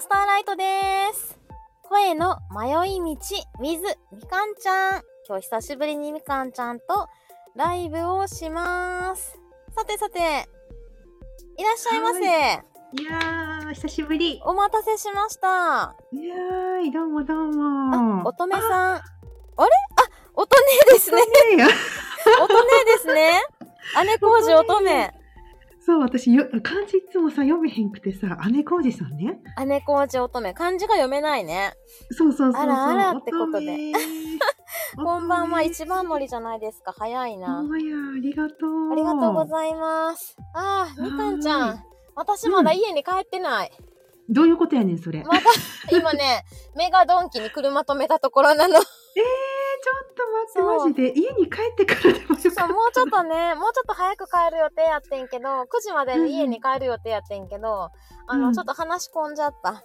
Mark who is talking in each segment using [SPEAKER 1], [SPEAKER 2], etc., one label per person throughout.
[SPEAKER 1] スターライトです。声の迷い道 with みかんちゃん。今日久しぶりにみかんちゃんとライブをします。さてさて、いらっしゃいませ。
[SPEAKER 2] いやー、久しぶり。
[SPEAKER 1] お待たせしました。
[SPEAKER 2] いやー、どうもどう
[SPEAKER 1] あ
[SPEAKER 2] も。
[SPEAKER 1] 乙女さん。あれあ、乙女ですね。
[SPEAKER 2] ね。
[SPEAKER 1] 乙女ですね。姉小路乙女。
[SPEAKER 2] そう、私よ、漢字いつもさ、読めへんくてさ、姉小路さんね。
[SPEAKER 1] 姉小路乙女。漢字が読めないね。
[SPEAKER 2] そうそうそうそう。
[SPEAKER 1] あらあらってことで
[SPEAKER 2] 乙女。
[SPEAKER 1] こんばんは、
[SPEAKER 2] 乙女
[SPEAKER 1] 一番乗りじゃないですか。早い
[SPEAKER 2] ほ
[SPEAKER 1] な。
[SPEAKER 2] んまや、ありがとう。
[SPEAKER 1] ありがとうございます。ああ、みかんちゃ
[SPEAKER 2] はー
[SPEAKER 1] ん。私まだ家に帰ってない。
[SPEAKER 2] どういうことやねん、それ。えー、ちょ
[SPEAKER 1] まだ、今ね、メガドンキに車止めたところなの。
[SPEAKER 2] っと待って、マジで。家に帰ってからでもよ
[SPEAKER 1] そ
[SPEAKER 2] か
[SPEAKER 1] う
[SPEAKER 2] っ
[SPEAKER 1] もうちょっとね、もうちょっと早く帰る予定やってんけど、9時までに家に帰る予定やってんけど、あの、
[SPEAKER 2] うん
[SPEAKER 1] ちょっと話し込んじゃ った。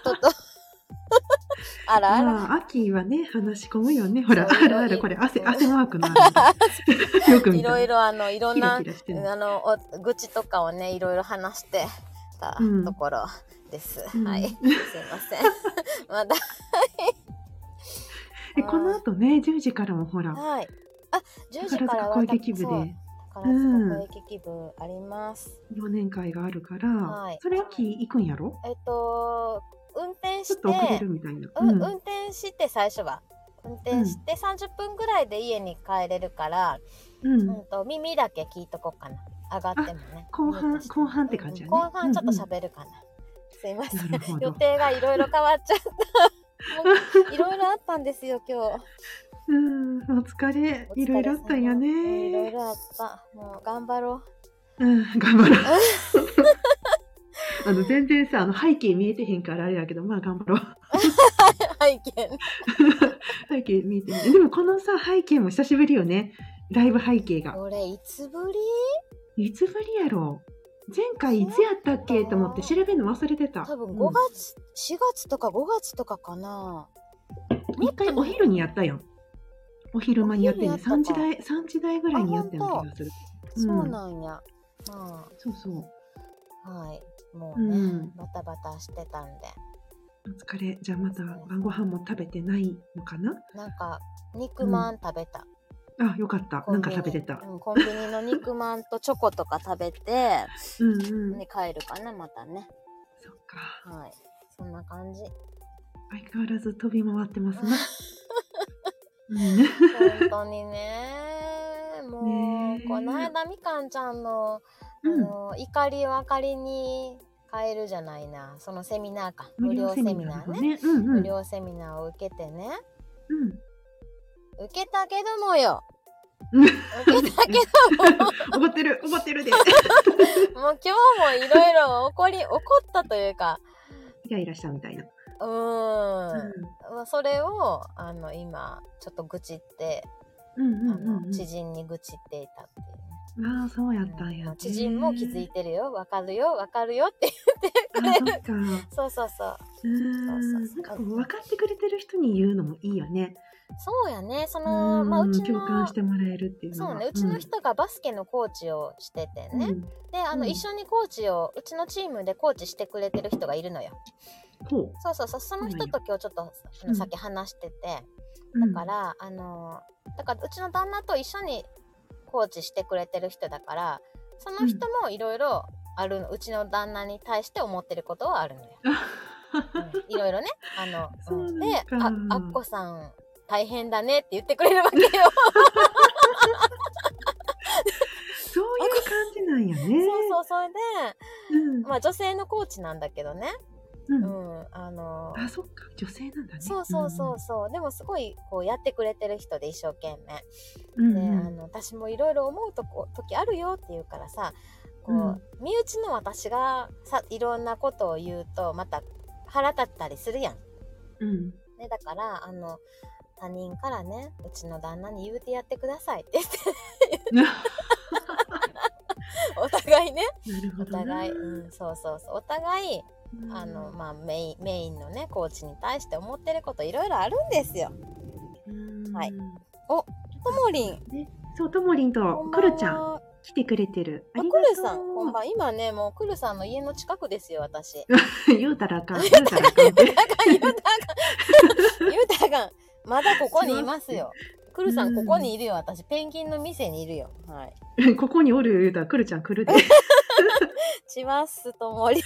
[SPEAKER 1] 人と。 あ
[SPEAKER 2] た。
[SPEAKER 1] らあら。
[SPEAKER 2] まあ、秋はね、話し込むよね。ほら、
[SPEAKER 1] そう
[SPEAKER 2] あらあ
[SPEAKER 1] いろい
[SPEAKER 2] ら、
[SPEAKER 1] ろ
[SPEAKER 2] これ、汗、汗マークのあ る。よく見
[SPEAKER 1] い
[SPEAKER 2] た
[SPEAKER 1] ろい。ろあの、いろん
[SPEAKER 2] キラ
[SPEAKER 1] な
[SPEAKER 2] キ、ラしてる。
[SPEAKER 1] あの、お愚痴とかをね、いろいろ話してた
[SPEAKER 2] うん
[SPEAKER 1] ところです。
[SPEAKER 2] うん
[SPEAKER 1] はい。すいませ ん。まだ、
[SPEAKER 2] え、この後ね、10時からもほら、
[SPEAKER 1] はい。あ、10時から
[SPEAKER 2] 宝
[SPEAKER 1] は
[SPEAKER 2] 塚攻撃部
[SPEAKER 1] そう
[SPEAKER 2] で
[SPEAKER 1] 宝塚攻撃部あります。
[SPEAKER 2] 忘年会があるから、
[SPEAKER 1] はい
[SPEAKER 2] それ秋行くんやろ
[SPEAKER 1] えっと、運転
[SPEAKER 2] ち
[SPEAKER 1] し、
[SPEAKER 2] ょってと遅れるみたいな。
[SPEAKER 1] う
[SPEAKER 2] うん
[SPEAKER 1] ん、運転して最初は。運転して30分ぐらいで家に帰れるから、
[SPEAKER 2] うん
[SPEAKER 1] うんと耳だけ聞いとこうかな。上がってもね。
[SPEAKER 2] 後半
[SPEAKER 1] ミュートして
[SPEAKER 2] 後半って感じやね
[SPEAKER 1] うん後半ちょっと喋るかな。すいませ
[SPEAKER 2] なるほ
[SPEAKER 1] ん。
[SPEAKER 2] ど
[SPEAKER 1] 予定がいろいろ変わっちゃった。 もういろいろあったんですよ、今日。
[SPEAKER 2] うん、お疲れ。いろいろあったんや
[SPEAKER 1] うんいろい
[SPEAKER 2] ね。
[SPEAKER 1] ろあった。もう 頑張ろ
[SPEAKER 2] うん、頑張ろう。 あの全然さあの背景見えてへんからあれやけどまあ頑張ろう
[SPEAKER 1] う。背景。
[SPEAKER 2] 背景見えてへんでもこのさ背景も久しぶりよねライブ背景が
[SPEAKER 1] これ、いつぶり
[SPEAKER 2] いつぶりやろ前回いつやったっけと思って調べるの忘れてた
[SPEAKER 1] 多分
[SPEAKER 2] うん
[SPEAKER 1] 5月、4月とか5月とかかな。
[SPEAKER 2] 一回お昼にやったよ。お昼間にやって
[SPEAKER 1] お
[SPEAKER 2] ね、
[SPEAKER 1] 昼にやった
[SPEAKER 2] 三
[SPEAKER 1] か
[SPEAKER 2] 時台、三時台ぐらいにやってん
[SPEAKER 1] あ
[SPEAKER 2] の
[SPEAKER 1] ほ
[SPEAKER 2] 気
[SPEAKER 1] ん
[SPEAKER 2] がする。うん
[SPEAKER 1] そうなんや。ま
[SPEAKER 2] そうそう。
[SPEAKER 1] あ、はい。もう
[SPEAKER 2] う
[SPEAKER 1] ね、
[SPEAKER 2] ん。
[SPEAKER 1] バタバタしてたんで。
[SPEAKER 2] お疲れ。じゃあまた晩ご飯も食べてないのかな
[SPEAKER 1] なんか、肉まん食べた。
[SPEAKER 2] あ、よかった。
[SPEAKER 1] コ
[SPEAKER 2] な
[SPEAKER 1] ン
[SPEAKER 2] ん
[SPEAKER 1] ビ
[SPEAKER 2] か
[SPEAKER 1] ニ
[SPEAKER 2] 食べてた。
[SPEAKER 1] うん、コンビニの肉まんとチョコとか食べて、
[SPEAKER 2] うんうん。
[SPEAKER 1] ね、帰るかな、またね。
[SPEAKER 2] そっか。
[SPEAKER 1] はい。そんな感じ。
[SPEAKER 2] 相変わらず飛び回ってます な。うん
[SPEAKER 1] 本当にね。も
[SPEAKER 2] ね
[SPEAKER 1] う、
[SPEAKER 2] え
[SPEAKER 1] この間、みかんちゃんの、あ
[SPEAKER 2] うん
[SPEAKER 1] の、怒りを明かりに変えるじゃないな。そのセミナーか。無
[SPEAKER 2] 無
[SPEAKER 1] 料
[SPEAKER 2] 料
[SPEAKER 1] セ
[SPEAKER 2] セ
[SPEAKER 1] ミ
[SPEAKER 2] ミ
[SPEAKER 1] ナ
[SPEAKER 2] ナー
[SPEAKER 1] ー
[SPEAKER 2] の
[SPEAKER 1] ね。
[SPEAKER 2] ね。うんう
[SPEAKER 1] 無
[SPEAKER 2] ん。
[SPEAKER 1] 料セミナーを受けてね。
[SPEAKER 2] うん。
[SPEAKER 1] 受けたけどもよ。
[SPEAKER 2] うん
[SPEAKER 1] 受けたけども、
[SPEAKER 2] 怒ってる、怒って るで。
[SPEAKER 1] もう今日もいろいろ怒り、怒ったというか、
[SPEAKER 2] イライラしたみたいな。
[SPEAKER 1] うーん。
[SPEAKER 2] う
[SPEAKER 1] まあそれを、あの、今、ちょっと愚痴って、
[SPEAKER 2] んうん
[SPEAKER 1] あ
[SPEAKER 2] うんうん
[SPEAKER 1] の、知人に愚痴っていたっていうね。
[SPEAKER 2] ああ、そうやったんや
[SPEAKER 1] ま
[SPEAKER 2] ね
[SPEAKER 1] あ。知人も気づいてるよ、わかるよ、わかるよって。
[SPEAKER 2] あー、そっか。
[SPEAKER 1] そうそうそう。
[SPEAKER 2] うーんなんかこう分かってくれてる人に言うのもいいよね。
[SPEAKER 1] そうやね、そうの、まあ、うち
[SPEAKER 2] ん
[SPEAKER 1] の
[SPEAKER 2] 共、感してもらえるっていうのは。
[SPEAKER 1] そうね、うちの人がバスケのコーチをしてて
[SPEAKER 2] うん
[SPEAKER 1] ね。で、あの、
[SPEAKER 2] うん
[SPEAKER 1] 一緒にコーチを、うちのチームでコーチしてくれてる人がいるのよ。
[SPEAKER 2] うんほ
[SPEAKER 1] そうそうそう、その人と今日ちょっと、あ
[SPEAKER 2] う
[SPEAKER 1] の、
[SPEAKER 2] ん
[SPEAKER 1] さっき話してて、
[SPEAKER 2] う。
[SPEAKER 1] だから、あの、だから、うちの旦那と一緒にコーチしてくれてる人だから、その人もいろいろあるの、うちの旦那に対して思ってることはあるのよ。
[SPEAKER 2] うん。
[SPEAKER 1] いろいろね。あの、
[SPEAKER 2] そう
[SPEAKER 1] うんで
[SPEAKER 2] なん、か
[SPEAKER 1] あ、あっこさん、大変だねって言ってくれるわけよ。
[SPEAKER 2] そういう感じなんやね。
[SPEAKER 1] そうそう、それで、
[SPEAKER 2] うん
[SPEAKER 1] まあ女性のコーチなんだけどね。
[SPEAKER 2] う
[SPEAKER 1] うんん、あの、
[SPEAKER 2] あ、そっか。女性なんだね。
[SPEAKER 1] そうそうそうそう。でもすごい、こうやってくれてる人で一生懸命。
[SPEAKER 2] うん。
[SPEAKER 1] で、
[SPEAKER 2] うん
[SPEAKER 1] あの、私もいろいろ思うとこ、時あるよって言うからさ、こう、
[SPEAKER 2] うん
[SPEAKER 1] 身内の私がさ、いろんなことを言うと、また腹立ったりするやん。
[SPEAKER 2] うん。
[SPEAKER 1] ね、だから、あの、他人からね、うちの旦那に言うてやってくださいって言って、 お互いね、
[SPEAKER 2] なるほ
[SPEAKER 1] お
[SPEAKER 2] どな。
[SPEAKER 1] 互い、うん、そうそうそう、お互い、
[SPEAKER 2] うん
[SPEAKER 1] あの、まあ、メイン、メインのね、コーチに対して思ってることいろいろあるんですよ。
[SPEAKER 2] うん
[SPEAKER 1] はいともりん、
[SPEAKER 2] ねそう、ともりんとくるちゃん。
[SPEAKER 1] ん。
[SPEAKER 2] 来てくれてる。あ
[SPEAKER 1] あ
[SPEAKER 2] り
[SPEAKER 1] く
[SPEAKER 2] がとう。
[SPEAKER 1] るさん、こんばん。今ね、もうくるさんの家の近くですよ、 私。
[SPEAKER 2] 言うたらあかん。言うたらあかんって。
[SPEAKER 1] あかん、ゆうたあかん。ゆうたあかん。まだここにいますよ。くるさん、ここにいるよ、私。ペンギンの店にいるよ。はい。
[SPEAKER 2] ここにおる言うたら、くるちゃん来るで。
[SPEAKER 1] ちますともり。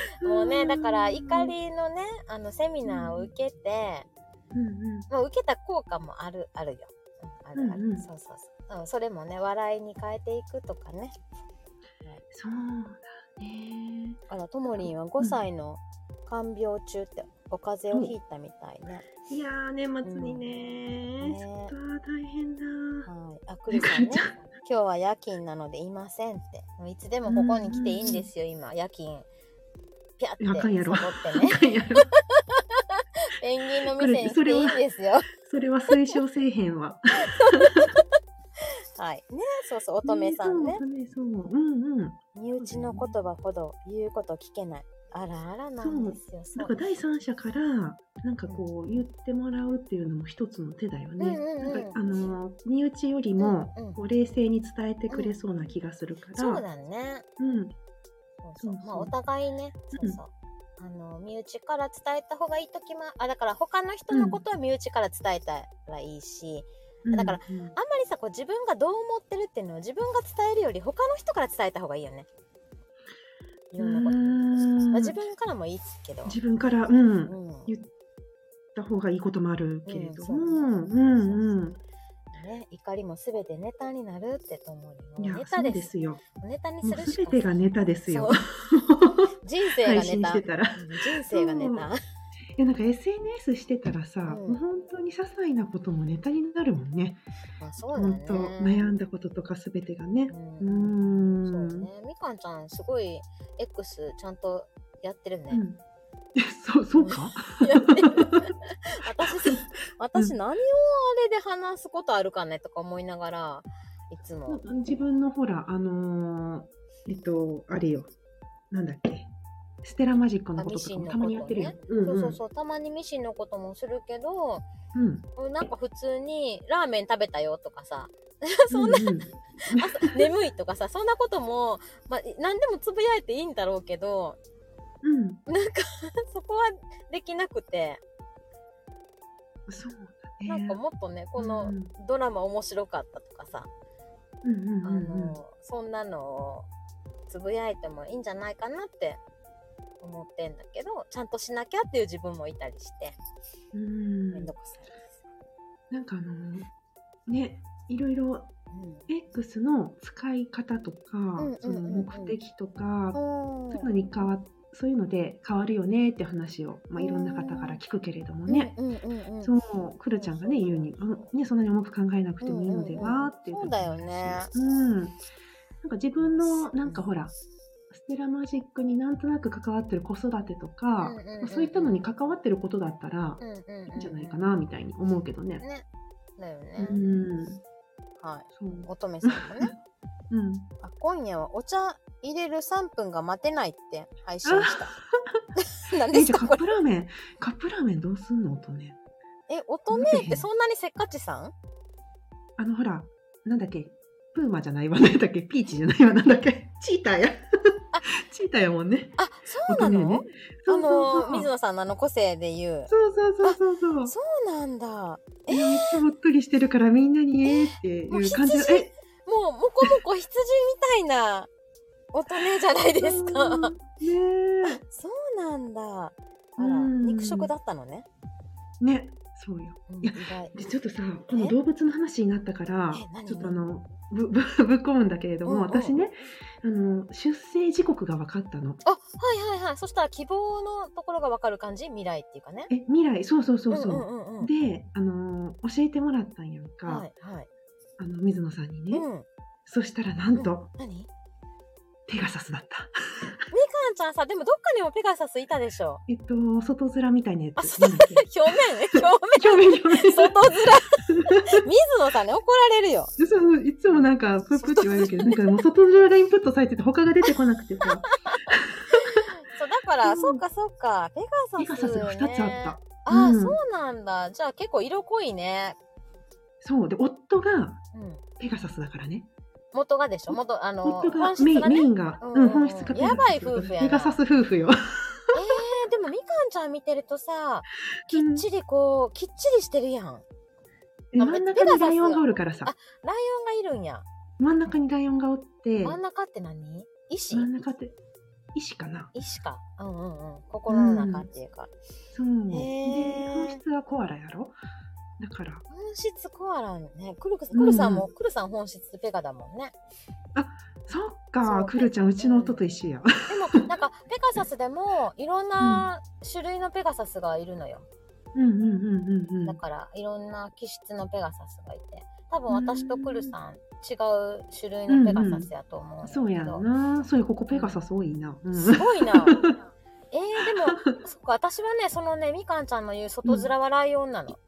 [SPEAKER 1] もうね、だから、怒りのね、あの、セミナーを受けて、
[SPEAKER 2] うんうん。
[SPEAKER 1] もう受けた効果もある、あるよ。うんあるある。
[SPEAKER 2] うんうん
[SPEAKER 1] そうそうそう。うん、それもね、笑いに変えていくとかね。
[SPEAKER 2] そうだね。
[SPEAKER 1] あら、ともりんは5歳の看病中って、お風邪をひいたみたいね。
[SPEAKER 2] いやー、年末にね、
[SPEAKER 1] うん
[SPEAKER 2] そっか、大変だ。
[SPEAKER 1] はい、あくるさ んね。今日は夜勤なのでいませんって。もういつでもここに来ていいんですよ、今。夜勤。ぴゃって
[SPEAKER 2] あかんやろ
[SPEAKER 1] サボってね。
[SPEAKER 2] あかんや ろ
[SPEAKER 1] ペンギンの店に来ていいんですよ。
[SPEAKER 2] それは推奨せえへんわ。
[SPEAKER 1] はい。ね、そうそう、乙女さんね。
[SPEAKER 2] ねそうそううんうん。
[SPEAKER 1] 身内の言葉ほど言うこと聞けない。あらあらなんですよ。
[SPEAKER 2] なん
[SPEAKER 1] そ
[SPEAKER 2] か
[SPEAKER 1] う。
[SPEAKER 2] 第三者からなんかこう言ってもらうっていうのも一つの手だよね。
[SPEAKER 1] うんうんうん
[SPEAKER 2] なんかあの身内よりも
[SPEAKER 1] うんうん
[SPEAKER 2] こう冷静に伝えてくれそうな気がするから。
[SPEAKER 1] そうだね。
[SPEAKER 2] うん
[SPEAKER 1] そうそう
[SPEAKER 2] そうそう
[SPEAKER 1] まあ、お互いね、そうそう。あの、身内から伝えた方がいい時も、あ、だから他の人のことは身内から伝えたらいいし、
[SPEAKER 2] うん
[SPEAKER 1] だから
[SPEAKER 2] うんうん
[SPEAKER 1] あんまりさこう自分がどう思ってるっていうのを自分が伝えるより他の人から伝えた方がいいよね。いろんなこと。まあ、自分からもいいっすけど。
[SPEAKER 2] 自分からうん
[SPEAKER 1] う
[SPEAKER 2] 言っ
[SPEAKER 1] ん。
[SPEAKER 2] た方がいいこともあるけれども、
[SPEAKER 1] うんそう
[SPEAKER 2] う
[SPEAKER 1] そうん
[SPEAKER 2] うん。
[SPEAKER 1] ね、怒りもすべてネタになるってとも
[SPEAKER 2] い
[SPEAKER 1] に
[SPEAKER 2] や
[SPEAKER 1] もうネタ
[SPEAKER 2] そう
[SPEAKER 1] で。
[SPEAKER 2] ですすよ。
[SPEAKER 1] ネタに
[SPEAKER 2] も
[SPEAKER 1] す
[SPEAKER 2] う
[SPEAKER 1] る
[SPEAKER 2] す
[SPEAKER 1] し
[SPEAKER 2] べ
[SPEAKER 1] か
[SPEAKER 2] てがネタですよ。
[SPEAKER 1] そう人生がネ
[SPEAKER 2] 配信し
[SPEAKER 1] タ。
[SPEAKER 2] てたら。
[SPEAKER 1] うん人生がネタ。
[SPEAKER 2] いやなんか SNS してたらさ、
[SPEAKER 1] ん
[SPEAKER 2] もう本当に些細なこともネタになるもんね。
[SPEAKER 1] まあそうだ
[SPEAKER 2] 本
[SPEAKER 1] ね。
[SPEAKER 2] 当悩んだこととかすべてがね。うー
[SPEAKER 1] うん
[SPEAKER 2] ん。
[SPEAKER 1] そうね。みかんちゃんすごい X ちゃんとやってるね。
[SPEAKER 2] うんえそうそうか。
[SPEAKER 1] やってる私 さ私何をあれで話すことあるかねとか思いながらいつも
[SPEAKER 2] 自分のほらあのー、えっとあれよなんだっけステラマジックのこととかもたまにやってるよ
[SPEAKER 1] あミ。
[SPEAKER 2] うん
[SPEAKER 1] そう
[SPEAKER 2] う
[SPEAKER 1] そうんそうたまにミシンのこともするけど
[SPEAKER 2] うん。
[SPEAKER 1] なんか普通にラーメン食べたよとかさ
[SPEAKER 2] そ
[SPEAKER 1] そん
[SPEAKER 2] な
[SPEAKER 1] な。 眠いとかさそんなことも、まあ、何でもつぶやいていいんだろうけど
[SPEAKER 2] うん。
[SPEAKER 1] なんかそこはできなくて
[SPEAKER 2] そうだね。
[SPEAKER 1] なんかもっとねこの
[SPEAKER 2] うん
[SPEAKER 1] ドラマ面白かったとかさ
[SPEAKER 2] うんうん
[SPEAKER 1] あ
[SPEAKER 2] うんうん。
[SPEAKER 1] の、そんなのをつぶやいてもいいんじゃないかなって思ってんだけど、ちゃんとしなきゃっていう自分もいたりして、
[SPEAKER 2] うん
[SPEAKER 1] めんどくさいです。
[SPEAKER 2] なんかあのーねいろいろ
[SPEAKER 1] うん。
[SPEAKER 2] X の使い方とか、
[SPEAKER 1] ん
[SPEAKER 2] その
[SPEAKER 1] うんうん
[SPEAKER 2] 目的とか、
[SPEAKER 1] うん
[SPEAKER 2] そういうのに変わそういうので変わるよねって話を、まあ、いろんな方から聞くけれどもね、
[SPEAKER 1] うんうんうん。
[SPEAKER 2] そうくるちゃんがね言うにあ、ね、そんなに重く考えなくてもいいので
[SPEAKER 1] うんうんうん
[SPEAKER 2] はっていう
[SPEAKER 1] そうだよね
[SPEAKER 2] うん、なんか自分のなんかほらステラマジックになんとなく関わってる子育てとか、
[SPEAKER 1] うんうんうんうん
[SPEAKER 2] まあそういったのに関わってることだったら
[SPEAKER 1] うんうんうん。
[SPEAKER 2] いいんじゃないか。なみたいに思うけどね。
[SPEAKER 1] ね。だよ
[SPEAKER 2] う
[SPEAKER 1] ね。
[SPEAKER 2] ん、
[SPEAKER 1] はい。
[SPEAKER 2] そう
[SPEAKER 1] 乙女さん もね。
[SPEAKER 2] うん、
[SPEAKER 1] あ、今夜はお茶入れる3分が待てないって配信 した。何で
[SPEAKER 2] え
[SPEAKER 1] す
[SPEAKER 2] じゃあ
[SPEAKER 1] か
[SPEAKER 2] カ
[SPEAKER 1] こ
[SPEAKER 2] ップ
[SPEAKER 1] れ。
[SPEAKER 2] ラーメンカップラーメンどうすんのとね
[SPEAKER 1] え、乙女ってそんなにせっかちさん
[SPEAKER 2] あのほらなんだっけプーマじゃないわなんだっけピーチじゃないわなんだっけチーターや チーターやもんね
[SPEAKER 1] あ、そうな
[SPEAKER 2] 乙女
[SPEAKER 1] の
[SPEAKER 2] ね
[SPEAKER 1] あ
[SPEAKER 2] そうそう
[SPEAKER 1] の
[SPEAKER 2] そう
[SPEAKER 1] 水野さんのあの個性で言う。
[SPEAKER 2] そうそうそうそうそう
[SPEAKER 1] そうなんだ。も
[SPEAKER 2] いやめっちゃほっとりしてるからみんなにえーっていう感じの
[SPEAKER 1] もう羊う、もこもこ羊みたいな乙女じゃないですか。
[SPEAKER 2] うんねえ
[SPEAKER 1] そうなんだ。あ
[SPEAKER 2] う
[SPEAKER 1] ら、
[SPEAKER 2] ん
[SPEAKER 1] 肉食だったのね。
[SPEAKER 2] ねそうよ
[SPEAKER 1] うん
[SPEAKER 2] い
[SPEAKER 1] 意
[SPEAKER 2] や
[SPEAKER 1] 外。
[SPEAKER 2] でちょっとさこの動物の話になったから
[SPEAKER 1] え何
[SPEAKER 2] ちょっとあのぶ ぶぶっ込むんだけれども、
[SPEAKER 1] うんうん
[SPEAKER 2] 私ねあの出生時刻が分かったの
[SPEAKER 1] あ、はいはいはい。そしたら希望のところがわかる感じ未来っていうかね。
[SPEAKER 2] え未来そうそうそうそう,、
[SPEAKER 1] んうんうんうん。
[SPEAKER 2] で、あのー教えてもらったんやんか、
[SPEAKER 1] はいはい。
[SPEAKER 2] あの水野さんにね、
[SPEAKER 1] うん。
[SPEAKER 2] そしたらなんと、
[SPEAKER 1] 何みか
[SPEAKER 2] ペガサスだった。
[SPEAKER 1] んちゃんさ、でもどっかにもペガサスいたでしょ。
[SPEAKER 2] えっと外面みたいなや
[SPEAKER 1] あ、
[SPEAKER 2] つ。
[SPEAKER 1] 外
[SPEAKER 2] なんだっけ
[SPEAKER 1] 表面表面
[SPEAKER 2] 表面表面。
[SPEAKER 1] 外面 水野さんね、怒られるよ。
[SPEAKER 2] でそういつもなんかプープーって言われるけど、なんかもう外面がインプットされてて他が出てこな くてさ、
[SPEAKER 1] そう、だから、
[SPEAKER 2] うん
[SPEAKER 1] そうかそうか。ペ
[SPEAKER 2] ペ
[SPEAKER 1] ガサ
[SPEAKER 2] ガ
[SPEAKER 1] ス、
[SPEAKER 2] サ
[SPEAKER 1] ね。
[SPEAKER 2] スが二つあった。
[SPEAKER 1] ああ、
[SPEAKER 2] うん
[SPEAKER 1] そうなんだ。じゃあ結構色濃いね。
[SPEAKER 2] そうで夫が
[SPEAKER 1] うん。
[SPEAKER 2] ペガサスだからね。
[SPEAKER 1] 元がでしょ元、あの、
[SPEAKER 2] 夫が
[SPEAKER 1] 本
[SPEAKER 2] メ
[SPEAKER 1] 質
[SPEAKER 2] イン
[SPEAKER 1] が
[SPEAKER 2] メ
[SPEAKER 1] ね。
[SPEAKER 2] イ
[SPEAKER 1] え
[SPEAKER 2] ンが、
[SPEAKER 1] うん
[SPEAKER 2] うん本質が
[SPEAKER 1] やばい夫婦やな
[SPEAKER 2] ペガサス夫婦よ。
[SPEAKER 1] ー、でもみかんちゃん見てるとさ、きっちりこう、きっちりしてるやん。
[SPEAKER 2] え真ん中にライオンがおるからさ
[SPEAKER 1] あライオンがいるんや。
[SPEAKER 2] 真ん中にライオンがおって
[SPEAKER 1] 真ん中って何石
[SPEAKER 2] 真ん中って石かな
[SPEAKER 1] 石か。うんうんうん。心の中っていうか。
[SPEAKER 2] そう、
[SPEAKER 1] へー
[SPEAKER 2] で本質はコアラやろだから
[SPEAKER 1] 本質コアラよね。クルクさん、
[SPEAKER 2] う
[SPEAKER 1] ク
[SPEAKER 2] ん
[SPEAKER 1] ルさんも、クルさん本質ペガだもんね。
[SPEAKER 2] そっ
[SPEAKER 1] そ
[SPEAKER 2] か
[SPEAKER 1] う
[SPEAKER 2] クルちゃんうちの夫と一緒や、
[SPEAKER 1] でも、なんか、ペガサスでも、いろんな種類のペガサスがいるのよ。
[SPEAKER 2] うん、うんうんうんうん
[SPEAKER 1] だから、いろんな気質のペガサスがいて。多分私とクルさん、違う種類のペガサスやと思うんだけど。
[SPEAKER 2] そうやんなそういうここペガサス多いな、うん、
[SPEAKER 1] すごい な。えー、でも、そっか、私はね、そのね、みかんちゃんの言う外面はライオンなの。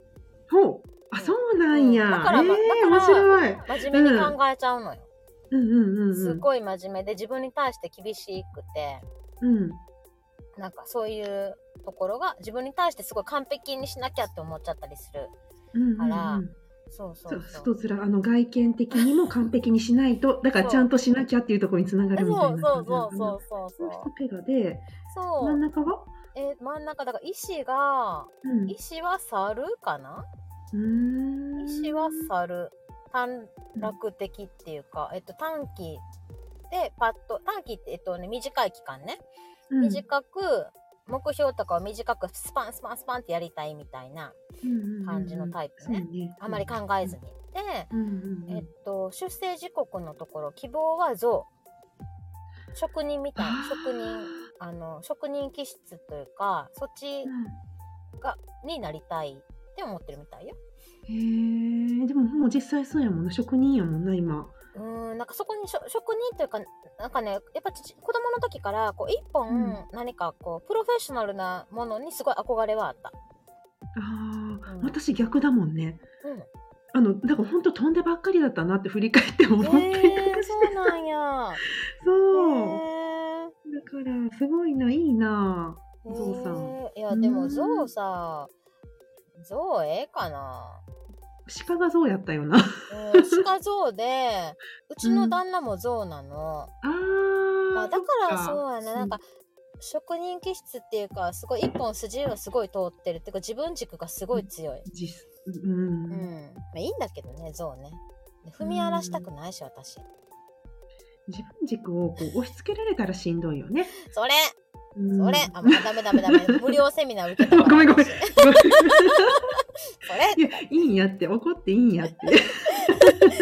[SPEAKER 2] ほうあそうなんや、
[SPEAKER 1] うんだから
[SPEAKER 2] えー、
[SPEAKER 1] まだ
[SPEAKER 2] 面
[SPEAKER 1] から
[SPEAKER 2] 白い
[SPEAKER 1] 真面目に考えちゃうのよ。
[SPEAKER 2] うんうんうんうん
[SPEAKER 1] すごい真面目で、自分に対して厳しくて、
[SPEAKER 2] うん
[SPEAKER 1] なんかそういうところが自分に対してすごい完璧にしなきゃって思っちゃったりする。
[SPEAKER 2] うんうん
[SPEAKER 1] から
[SPEAKER 2] うん
[SPEAKER 1] そうそ
[SPEAKER 2] そうう
[SPEAKER 1] そう。
[SPEAKER 2] 外面あの外見的にも完璧にしない とだからちゃんとしなきゃっていうところにつなが
[SPEAKER 1] え
[SPEAKER 2] るみた
[SPEAKER 1] そ
[SPEAKER 2] いうな
[SPEAKER 1] そう
[SPEAKER 2] 感じ
[SPEAKER 1] そ
[SPEAKER 2] な
[SPEAKER 1] うそ
[SPEAKER 2] の
[SPEAKER 1] うそうそ
[SPEAKER 2] かなそうしてペガで
[SPEAKER 1] う。そ
[SPEAKER 2] 真ん
[SPEAKER 1] う。
[SPEAKER 2] 中は
[SPEAKER 1] え、真ん中だから石が、
[SPEAKER 2] うん
[SPEAKER 1] 石は猿かな
[SPEAKER 2] うーん
[SPEAKER 1] 石は猿。短絡的っていうか、えっと短期でパッと、短期ってえっとね、短い期間ね。
[SPEAKER 2] うん
[SPEAKER 1] 短く、目標とかを短くスパンスパンスパンってやりたいみたいな感じのタイプね
[SPEAKER 2] うんうんうんそうね
[SPEAKER 1] あまり考えずに。で、
[SPEAKER 2] うんうんうん
[SPEAKER 1] えっと、出生時刻のところ、希望は像。職人みたい
[SPEAKER 2] あー、
[SPEAKER 1] 職人、あの、職人気質というか、そっちになりたいって思ってるみたいよ。
[SPEAKER 2] うんへえでももう実際そうやもんな職人やもんな今
[SPEAKER 1] うーん、なんかそこにしょ職人というか、なんかね、やっぱち子供の時から、こう、一本何かこう、プロフェッショナルなものにすごい憧れはあった。
[SPEAKER 2] あー
[SPEAKER 1] うん
[SPEAKER 2] 私逆だもんね
[SPEAKER 1] うん。
[SPEAKER 2] あのだから本当飛んでばっかりだったなって振り返って思ったりとかして、
[SPEAKER 1] えー、そうなんや。
[SPEAKER 2] そう
[SPEAKER 1] へー
[SPEAKER 2] だからすごいないいなゾウさん
[SPEAKER 1] へーいや、で
[SPEAKER 2] う
[SPEAKER 1] も
[SPEAKER 2] ん
[SPEAKER 1] ゾウさ、ゾウええかな。
[SPEAKER 2] 鹿がそうやったよな
[SPEAKER 1] うん 鹿像で、うちの旦那も像なの。
[SPEAKER 2] あ
[SPEAKER 1] まあ、
[SPEAKER 2] ー
[SPEAKER 1] だからそうや
[SPEAKER 2] そ
[SPEAKER 1] ね。
[SPEAKER 2] っ
[SPEAKER 1] なんか、職人気質っていうか、すごい一本筋はすごい通ってるっていうか、自分軸がすごい強い。
[SPEAKER 2] 実うん、
[SPEAKER 1] うん。まあ、いいんだけどね、像ね。踏み荒らしたくないし、私。
[SPEAKER 2] 自分軸をこう押し付けられたらしんどいよね。
[SPEAKER 1] それ
[SPEAKER 2] うん
[SPEAKER 1] それあ、まあダメダメダメ。無料セミナー受けた
[SPEAKER 2] ご
[SPEAKER 1] から。
[SPEAKER 2] めんごめん。
[SPEAKER 1] それ
[SPEAKER 2] いやいいんやって怒っていいん やって。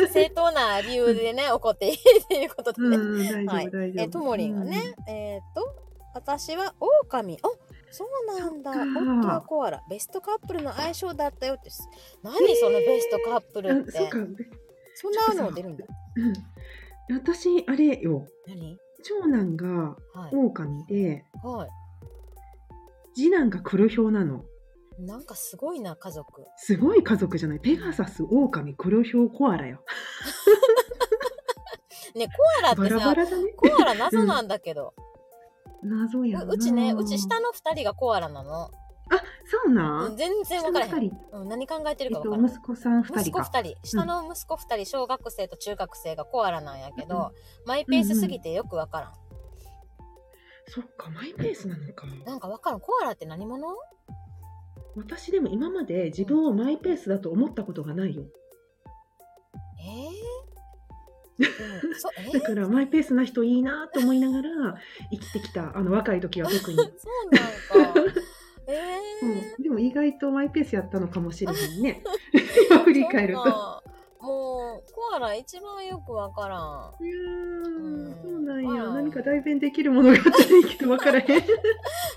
[SPEAKER 1] 正当な理由でね、怒っていい っていうことで
[SPEAKER 2] う
[SPEAKER 1] ね。
[SPEAKER 2] ん大丈
[SPEAKER 1] はい
[SPEAKER 2] 夫大丈夫。
[SPEAKER 1] えともりんがね、えっ、と私は狼おそうなんだ
[SPEAKER 2] そっか
[SPEAKER 1] 夫はコアラベストカップルの相性だったよってす何そのベストカップ
[SPEAKER 2] うん。
[SPEAKER 1] ルって、
[SPEAKER 2] あそうか。
[SPEAKER 1] そんなの出るんだ
[SPEAKER 2] うん。私あれよ。
[SPEAKER 1] 何
[SPEAKER 2] 長男が
[SPEAKER 1] はい、
[SPEAKER 2] 狼で、
[SPEAKER 1] は
[SPEAKER 2] 次男が黒豹なの。
[SPEAKER 1] い、なんかすごいな家族
[SPEAKER 2] すごい家族じゃない。ペガサス、狼、黒豹、コアラよ。
[SPEAKER 1] ねコアラっ
[SPEAKER 2] バ
[SPEAKER 1] てさ
[SPEAKER 2] ラバラだね。
[SPEAKER 1] コアラ謎なんだけど、
[SPEAKER 2] 謎
[SPEAKER 1] う
[SPEAKER 2] やな。
[SPEAKER 1] うちねうち下の2人がコアラなの、
[SPEAKER 2] あ、そうな
[SPEAKER 1] うん、
[SPEAKER 2] ん。
[SPEAKER 1] 全然分からへ
[SPEAKER 2] 下の
[SPEAKER 1] ん、
[SPEAKER 2] 二人
[SPEAKER 1] うん、何考えてる
[SPEAKER 2] え
[SPEAKER 1] か
[SPEAKER 2] っ
[SPEAKER 1] 分からへ
[SPEAKER 2] と
[SPEAKER 1] ん、
[SPEAKER 2] 息子さん二
[SPEAKER 1] 息子
[SPEAKER 2] 人か。
[SPEAKER 1] 2人下の息子2人小学生と中学生がコアラなんやけど、マイペースすぎてよく分からん、
[SPEAKER 2] そっかマイペースなのか。
[SPEAKER 1] なんか分からんコアラって何者
[SPEAKER 2] 私でも今まで自分をマイペースだと思ったことがないよ。
[SPEAKER 1] えー、でもそえ
[SPEAKER 2] だからマイペースな人いいなと思いながら生きてきたあの若い時は特に、
[SPEAKER 1] そうなんか。え
[SPEAKER 2] う
[SPEAKER 1] ー、
[SPEAKER 2] ん、でも意外とマイペースやったのかもしれない ね今振り返ると
[SPEAKER 1] そうかもうコアラ一番よくわからん。
[SPEAKER 2] いや
[SPEAKER 1] うん
[SPEAKER 2] ーそうなんや
[SPEAKER 1] まあ
[SPEAKER 2] 何か代弁できるものがあったらいいけど 分からへん、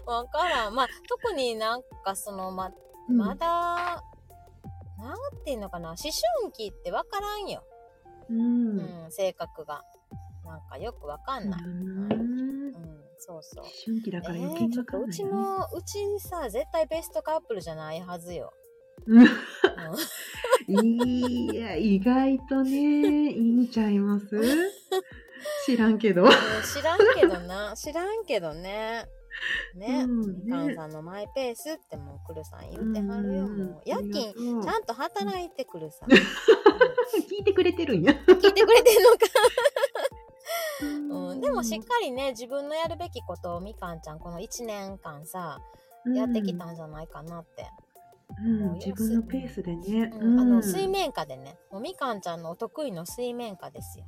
[SPEAKER 1] わからん。まあ特になんかそのま
[SPEAKER 2] うん
[SPEAKER 1] まだ、なんていうのかな思春期ってわからんよ。
[SPEAKER 2] うん
[SPEAKER 1] うん、性格がなんかよくわかんない。
[SPEAKER 2] うん
[SPEAKER 1] うん、そうそう。
[SPEAKER 2] 思春期だから余計
[SPEAKER 1] えー
[SPEAKER 2] に
[SPEAKER 1] ちょ
[SPEAKER 2] 分
[SPEAKER 1] っ
[SPEAKER 2] か
[SPEAKER 1] と
[SPEAKER 2] ん
[SPEAKER 1] う
[SPEAKER 2] ない
[SPEAKER 1] ち
[SPEAKER 2] よね、
[SPEAKER 1] のうちさ絶対ベストカップルじゃないはず よ。うん
[SPEAKER 2] うんいや意外とねいいんちゃいます知らんけど
[SPEAKER 1] うん知らんけどな知らんけどねね、
[SPEAKER 2] うん
[SPEAKER 1] みかん
[SPEAKER 2] ね
[SPEAKER 1] さんのマイペースってもうくるさん言ってはるよ、
[SPEAKER 2] うん
[SPEAKER 1] もう夜勤
[SPEAKER 2] ありがとう
[SPEAKER 1] ちゃんと働いてくるさん、
[SPEAKER 2] 聞いてくれてるんや。
[SPEAKER 1] 聞いてくれてるのか うん、でもしっかりね自分のやるべきことをみかんちゃんこの1年間さ、やってきたんじゃないかなって、
[SPEAKER 2] うん、うん自分のペースでね。
[SPEAKER 1] うんあの水面下でねもうみかんちゃんのお得意の水面下 ですよ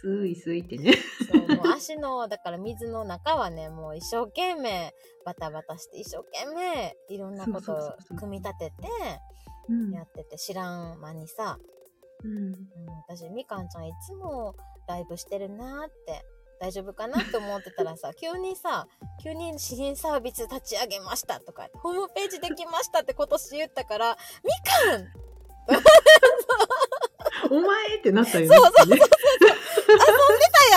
[SPEAKER 2] すいすいってね。
[SPEAKER 1] そうもう足のだから水の中はねもう一生懸命バタバタして一生懸命いろんなこと
[SPEAKER 2] そうそうそうそ
[SPEAKER 1] を
[SPEAKER 2] う
[SPEAKER 1] 組み立てて
[SPEAKER 2] うん
[SPEAKER 1] やってて知らん間にさ、
[SPEAKER 2] うん
[SPEAKER 1] うん、私みかんちゃんいつもライブしてるなーって大丈夫かなって思ってたら さ急にさ急に新サービス立ち上げましたとかホームページできましたって今年言った からみかん
[SPEAKER 2] お前ってなったよね。
[SPEAKER 1] そう
[SPEAKER 2] そうそう。
[SPEAKER 1] だ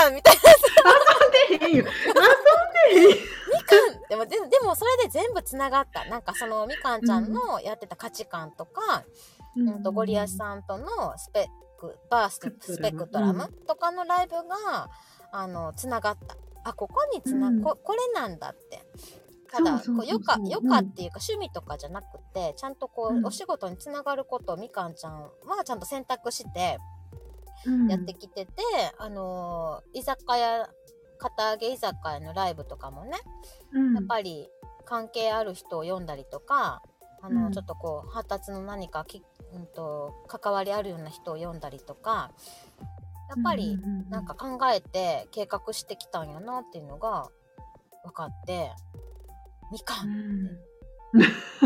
[SPEAKER 1] やんみたいな
[SPEAKER 2] 遊んでへんよ。遊んでへんよ。
[SPEAKER 1] みかんでもででもそれで全部つながったなんかそのみかんちゃんのやってた価値観とか、
[SPEAKER 2] う
[SPEAKER 1] うん、とゴリアスさんとのスペックバーススペクトラムとかのライブが、あのつながったあここにつな、
[SPEAKER 2] うん
[SPEAKER 1] ここれなんだってただ
[SPEAKER 2] そうそうそうそう
[SPEAKER 1] こうよか
[SPEAKER 2] うん
[SPEAKER 1] よかっていうか趣味とかじゃなくてちゃんとこう、
[SPEAKER 2] うん
[SPEAKER 1] お仕事につながることをみかんちゃんはちゃんと選択して
[SPEAKER 2] うん
[SPEAKER 1] やってきてて、あのー居酒屋片揚げ居酒屋のライブとかもね
[SPEAKER 2] うん
[SPEAKER 1] やっぱり関係ある人を読んだりとか、あの、
[SPEAKER 2] うん
[SPEAKER 1] ちょっとこう、発達の何かき、うんと、関わりあるような人を読んだりとか、やっぱり、
[SPEAKER 2] ううう
[SPEAKER 1] なんか考えて計画してきたんやなっていうのが分かって、みか。
[SPEAKER 2] うんん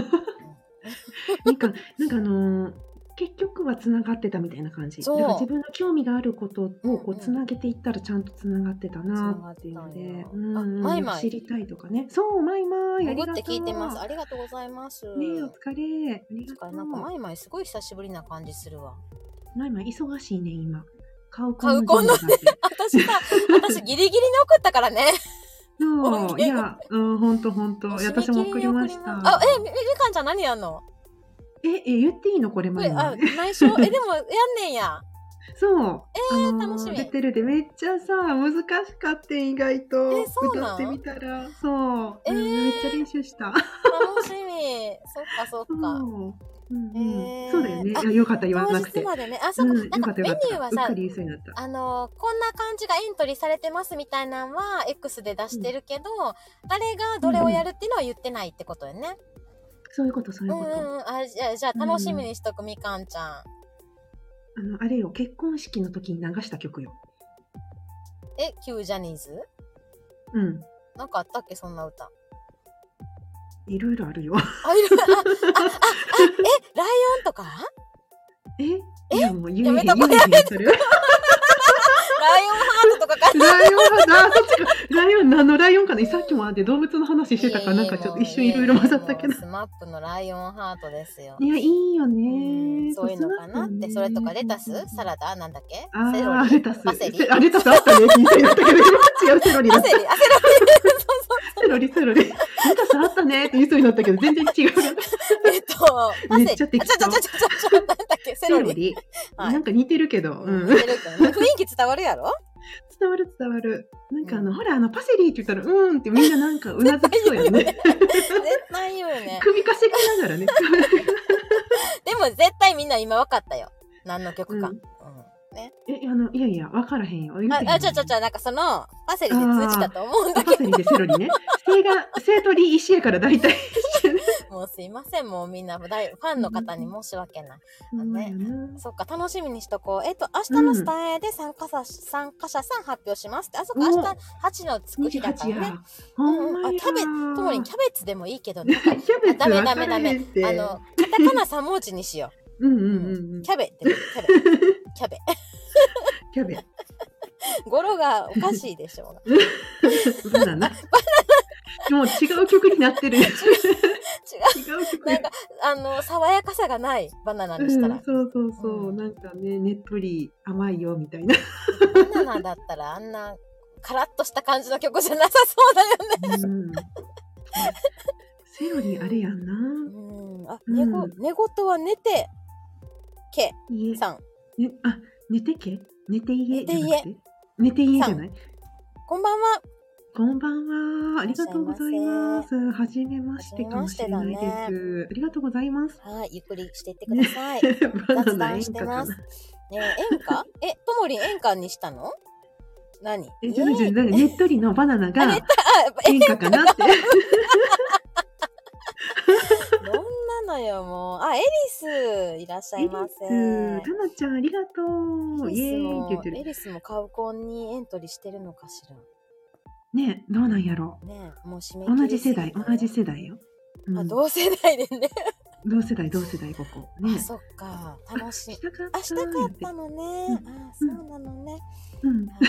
[SPEAKER 2] みかんなんかあのー結局はつながってたみたいな感じ
[SPEAKER 1] そう
[SPEAKER 2] だから自分の興味があることを
[SPEAKER 1] うんう
[SPEAKER 2] こ
[SPEAKER 1] ん
[SPEAKER 2] うつなげていったらちゃんとつながってたなっていうの
[SPEAKER 1] つながっ
[SPEAKER 2] で
[SPEAKER 1] た
[SPEAKER 2] う
[SPEAKER 1] よ
[SPEAKER 2] んうん
[SPEAKER 1] あマイマイ
[SPEAKER 2] 知りたいとかねそうマイマイあ
[SPEAKER 1] 潜
[SPEAKER 2] りがと
[SPEAKER 1] っ
[SPEAKER 2] う
[SPEAKER 1] て聞いてます。ありがとうございます。
[SPEAKER 2] ねえお疲れあり
[SPEAKER 1] な
[SPEAKER 2] が
[SPEAKER 1] んか、
[SPEAKER 2] と
[SPEAKER 1] なんか、
[SPEAKER 2] う
[SPEAKER 1] マイマイすごい久しぶりな感じするわ。
[SPEAKER 2] マイマイ忙しいね今買う
[SPEAKER 1] 買う子の
[SPEAKER 2] 準備だって
[SPEAKER 1] 私 さ、私ギリギリに送ったからね。
[SPEAKER 2] そ
[SPEAKER 1] 音源
[SPEAKER 2] ういやうん本当本当私も送りまし
[SPEAKER 1] 締め切りに送りまあ
[SPEAKER 2] た、
[SPEAKER 1] え、み、みかんちゃん何やんの
[SPEAKER 2] ええ言っていいのこれ
[SPEAKER 1] こ
[SPEAKER 2] マ
[SPEAKER 1] れ、
[SPEAKER 2] イマ
[SPEAKER 1] あ、
[SPEAKER 2] イ
[SPEAKER 1] 内緒。え、でも、やんねんや。
[SPEAKER 2] そう。あの
[SPEAKER 1] 楽しみ
[SPEAKER 2] 出てるでめっちゃさ難しかってん意外と
[SPEAKER 1] えそうなん
[SPEAKER 2] 歌ってみたらそう、
[SPEAKER 1] えー
[SPEAKER 2] うんめっちゃ練習した。
[SPEAKER 1] 楽しみ。 そっかそっか。
[SPEAKER 2] そう,、うんうん
[SPEAKER 1] えー
[SPEAKER 2] そうだよね。
[SPEAKER 1] あ
[SPEAKER 2] いやよかった言わ
[SPEAKER 1] 当
[SPEAKER 2] なく
[SPEAKER 1] 日
[SPEAKER 2] て。
[SPEAKER 1] までね。あ、そうか。
[SPEAKER 2] うん、
[SPEAKER 1] なん
[SPEAKER 2] よか
[SPEAKER 1] か
[SPEAKER 2] った
[SPEAKER 1] メ
[SPEAKER 2] よ
[SPEAKER 1] ニ
[SPEAKER 2] かった。
[SPEAKER 1] ューは
[SPEAKER 2] うっ
[SPEAKER 1] さ
[SPEAKER 2] か、り言いそうになった。
[SPEAKER 1] あのーこんな感じがエントリーされてますみたいなのは X で出してるけど、誰がどれをやるっていうのは言ってないってことよね。
[SPEAKER 2] そういうことそういううんこ
[SPEAKER 1] う
[SPEAKER 2] と。
[SPEAKER 1] んうん。あじゃあ、じゃあ楽しみにしとく、みかんちゃん。
[SPEAKER 2] あのあれよ結婚式の時に流した曲よ。
[SPEAKER 1] え、旧ジャニーズ
[SPEAKER 2] うん。
[SPEAKER 1] なんかあったっけそんな歌。
[SPEAKER 2] いろいろあるよ。
[SPEAKER 1] あ、いる。あ、あ、あ、あ、え、ライオンとか
[SPEAKER 2] えいやもう言えへ
[SPEAKER 1] や
[SPEAKER 2] ん
[SPEAKER 1] めとこ
[SPEAKER 2] 言えへんそれは。
[SPEAKER 1] ライオンハートとかかな
[SPEAKER 2] ライオンはあそっちかライオン何のライオンかねさっきもあって動物の話してたからなんかちょっと一瞬いろいろ混ざったけど
[SPEAKER 1] もう。スマップのライオンハートですよ。
[SPEAKER 2] いや、いいよ
[SPEAKER 1] うん
[SPEAKER 2] ね。
[SPEAKER 1] そういうのかなって、それとかレタスサ
[SPEAKER 2] ラ
[SPEAKER 1] ラダなんだっけ
[SPEAKER 2] あ
[SPEAKER 1] セ ロ
[SPEAKER 2] ー、
[SPEAKER 1] リ
[SPEAKER 2] レタス。
[SPEAKER 1] パセリ
[SPEAKER 2] せあ、レタスあったね。聞いてなかったけど、違う、セロリだ
[SPEAKER 1] パ
[SPEAKER 2] った。
[SPEAKER 1] セ
[SPEAKER 2] セ
[SPEAKER 1] リあ セ
[SPEAKER 2] ロリ、セロリ。レタスあったねって言いそうになったけど、全然違う。
[SPEAKER 1] ロリえっと、パセリ
[SPEAKER 2] め
[SPEAKER 1] あ
[SPEAKER 2] っち
[SPEAKER 1] ちょ
[SPEAKER 2] ゃ
[SPEAKER 1] ちょ
[SPEAKER 2] 適
[SPEAKER 1] ちょ
[SPEAKER 2] 当
[SPEAKER 1] ちょちょちょなんだっけセ
[SPEAKER 2] セ
[SPEAKER 1] ロ
[SPEAKER 2] ロ
[SPEAKER 1] リ
[SPEAKER 2] リ。
[SPEAKER 1] はい
[SPEAKER 2] なんか似てるけど、う
[SPEAKER 1] うん
[SPEAKER 2] ん。
[SPEAKER 1] 似
[SPEAKER 2] 伝
[SPEAKER 1] てるけどね雰囲気伝わるやろ
[SPEAKER 2] わる伝わる。なんかあ
[SPEAKER 1] うん
[SPEAKER 2] の、ほら、あの、パセリって言ったら、うーんってみんななんかうなずきそうやね。
[SPEAKER 1] 絶対言うね。
[SPEAKER 2] 首かしげながらね。
[SPEAKER 1] でも絶対みんな今分かったよ。何の曲か。
[SPEAKER 2] う
[SPEAKER 1] うんんね、
[SPEAKER 2] え、あの、いやいや、わからへんよ。言う
[SPEAKER 1] あ
[SPEAKER 2] てへ、ん
[SPEAKER 1] あちょちょちょ、なんかその、パセリで通じたと思うんだ
[SPEAKER 2] パ
[SPEAKER 1] け
[SPEAKER 2] セリでセロリね。生が、生とリ石やから大体一緒ね。
[SPEAKER 1] ど、もうすいません、もうみんな、大ファンの方に申し訳ない。
[SPEAKER 2] ほんまやな
[SPEAKER 1] そっか、楽しみにしとこう。えっと、明日のスタエで参加者、参加者さん発表しますって。あ、そっか、明
[SPEAKER 2] お
[SPEAKER 1] 日8のつく日だからね。。
[SPEAKER 2] ほんまや。
[SPEAKER 1] あキャベともにキャベツでもいいけどね。
[SPEAKER 2] キャベツ
[SPEAKER 1] ダメダメ
[SPEAKER 2] 分か
[SPEAKER 1] ダ
[SPEAKER 2] ら
[SPEAKER 1] メ
[SPEAKER 2] へんって。
[SPEAKER 1] あの、カタカナ3文字にしよ
[SPEAKER 2] うんうん
[SPEAKER 1] う。
[SPEAKER 2] うんうん。
[SPEAKER 1] キャベって、キャベ、キャベ。
[SPEAKER 2] キャベ。
[SPEAKER 1] 語呂がおかしいでしょうが。
[SPEAKER 2] バナナ。もう違う曲になっ てる。違う曲。
[SPEAKER 1] なんか、あの、爽やかさがないバナナ
[SPEAKER 2] う
[SPEAKER 1] に
[SPEAKER 2] ん
[SPEAKER 1] したら。
[SPEAKER 2] そうそうそうう。
[SPEAKER 1] ん
[SPEAKER 2] なんかね、ねっとり甘いよみたいな。
[SPEAKER 1] バナナだったらあんな、カラッとした感じの曲じゃなさそうだよね。
[SPEAKER 2] うんセロリあれやんな。
[SPEAKER 1] うん。あ、
[SPEAKER 2] うん
[SPEAKER 1] 寝ご、寝言は寝て、け、
[SPEAKER 2] 家。
[SPEAKER 1] さん。
[SPEAKER 2] ねあ、寝てけ寝て家
[SPEAKER 1] 寝て
[SPEAKER 2] じ
[SPEAKER 1] 家
[SPEAKER 2] ゃなくて。寝て家じゃない
[SPEAKER 1] こんばんは。
[SPEAKER 2] こんばんは。ありがとうございます。はじめましてかもしれないです。
[SPEAKER 1] はじめましてだ
[SPEAKER 2] ありがとうございます。
[SPEAKER 1] はい、ゆっくりしていってくだ さい。
[SPEAKER 2] バナ
[SPEAKER 1] 雑
[SPEAKER 2] ナ演
[SPEAKER 1] 談し
[SPEAKER 2] 歌
[SPEAKER 1] て
[SPEAKER 2] か
[SPEAKER 1] ま
[SPEAKER 2] な
[SPEAKER 1] す。。ねえ、演歌え、ともりん演歌にしたの何
[SPEAKER 2] え、ちょっ
[SPEAKER 1] イ
[SPEAKER 2] と
[SPEAKER 1] エーイ
[SPEAKER 2] なんかねっとりのバナナが
[SPEAKER 1] あ、え、
[SPEAKER 2] 演歌かなって。
[SPEAKER 1] どんなのよ、もう。あ、エリス、いらっしゃ
[SPEAKER 2] エ
[SPEAKER 1] い
[SPEAKER 2] リ
[SPEAKER 1] ませ。
[SPEAKER 2] ス、タナちゃんありがとう。イエ
[SPEAKER 1] エリス
[SPEAKER 2] ーイって言
[SPEAKER 1] も
[SPEAKER 2] って
[SPEAKER 1] エ
[SPEAKER 2] る。
[SPEAKER 1] リスもカウコンにエントリーしてるのかしら。
[SPEAKER 2] ね、どうなんやろ
[SPEAKER 1] ねえ、もう締め
[SPEAKER 2] う。
[SPEAKER 1] 切り
[SPEAKER 2] 同じ世代、
[SPEAKER 1] 過ぎて
[SPEAKER 2] 同じ世代よ。うん
[SPEAKER 1] あ、同世代でね。
[SPEAKER 2] 同世代、同世代、ここ。ね
[SPEAKER 1] あ、。そっか。楽し い
[SPEAKER 2] し。たかった
[SPEAKER 1] あ、したかった
[SPEAKER 2] っ
[SPEAKER 1] のね。あ、そうなのね。
[SPEAKER 2] てうん。
[SPEAKER 1] はい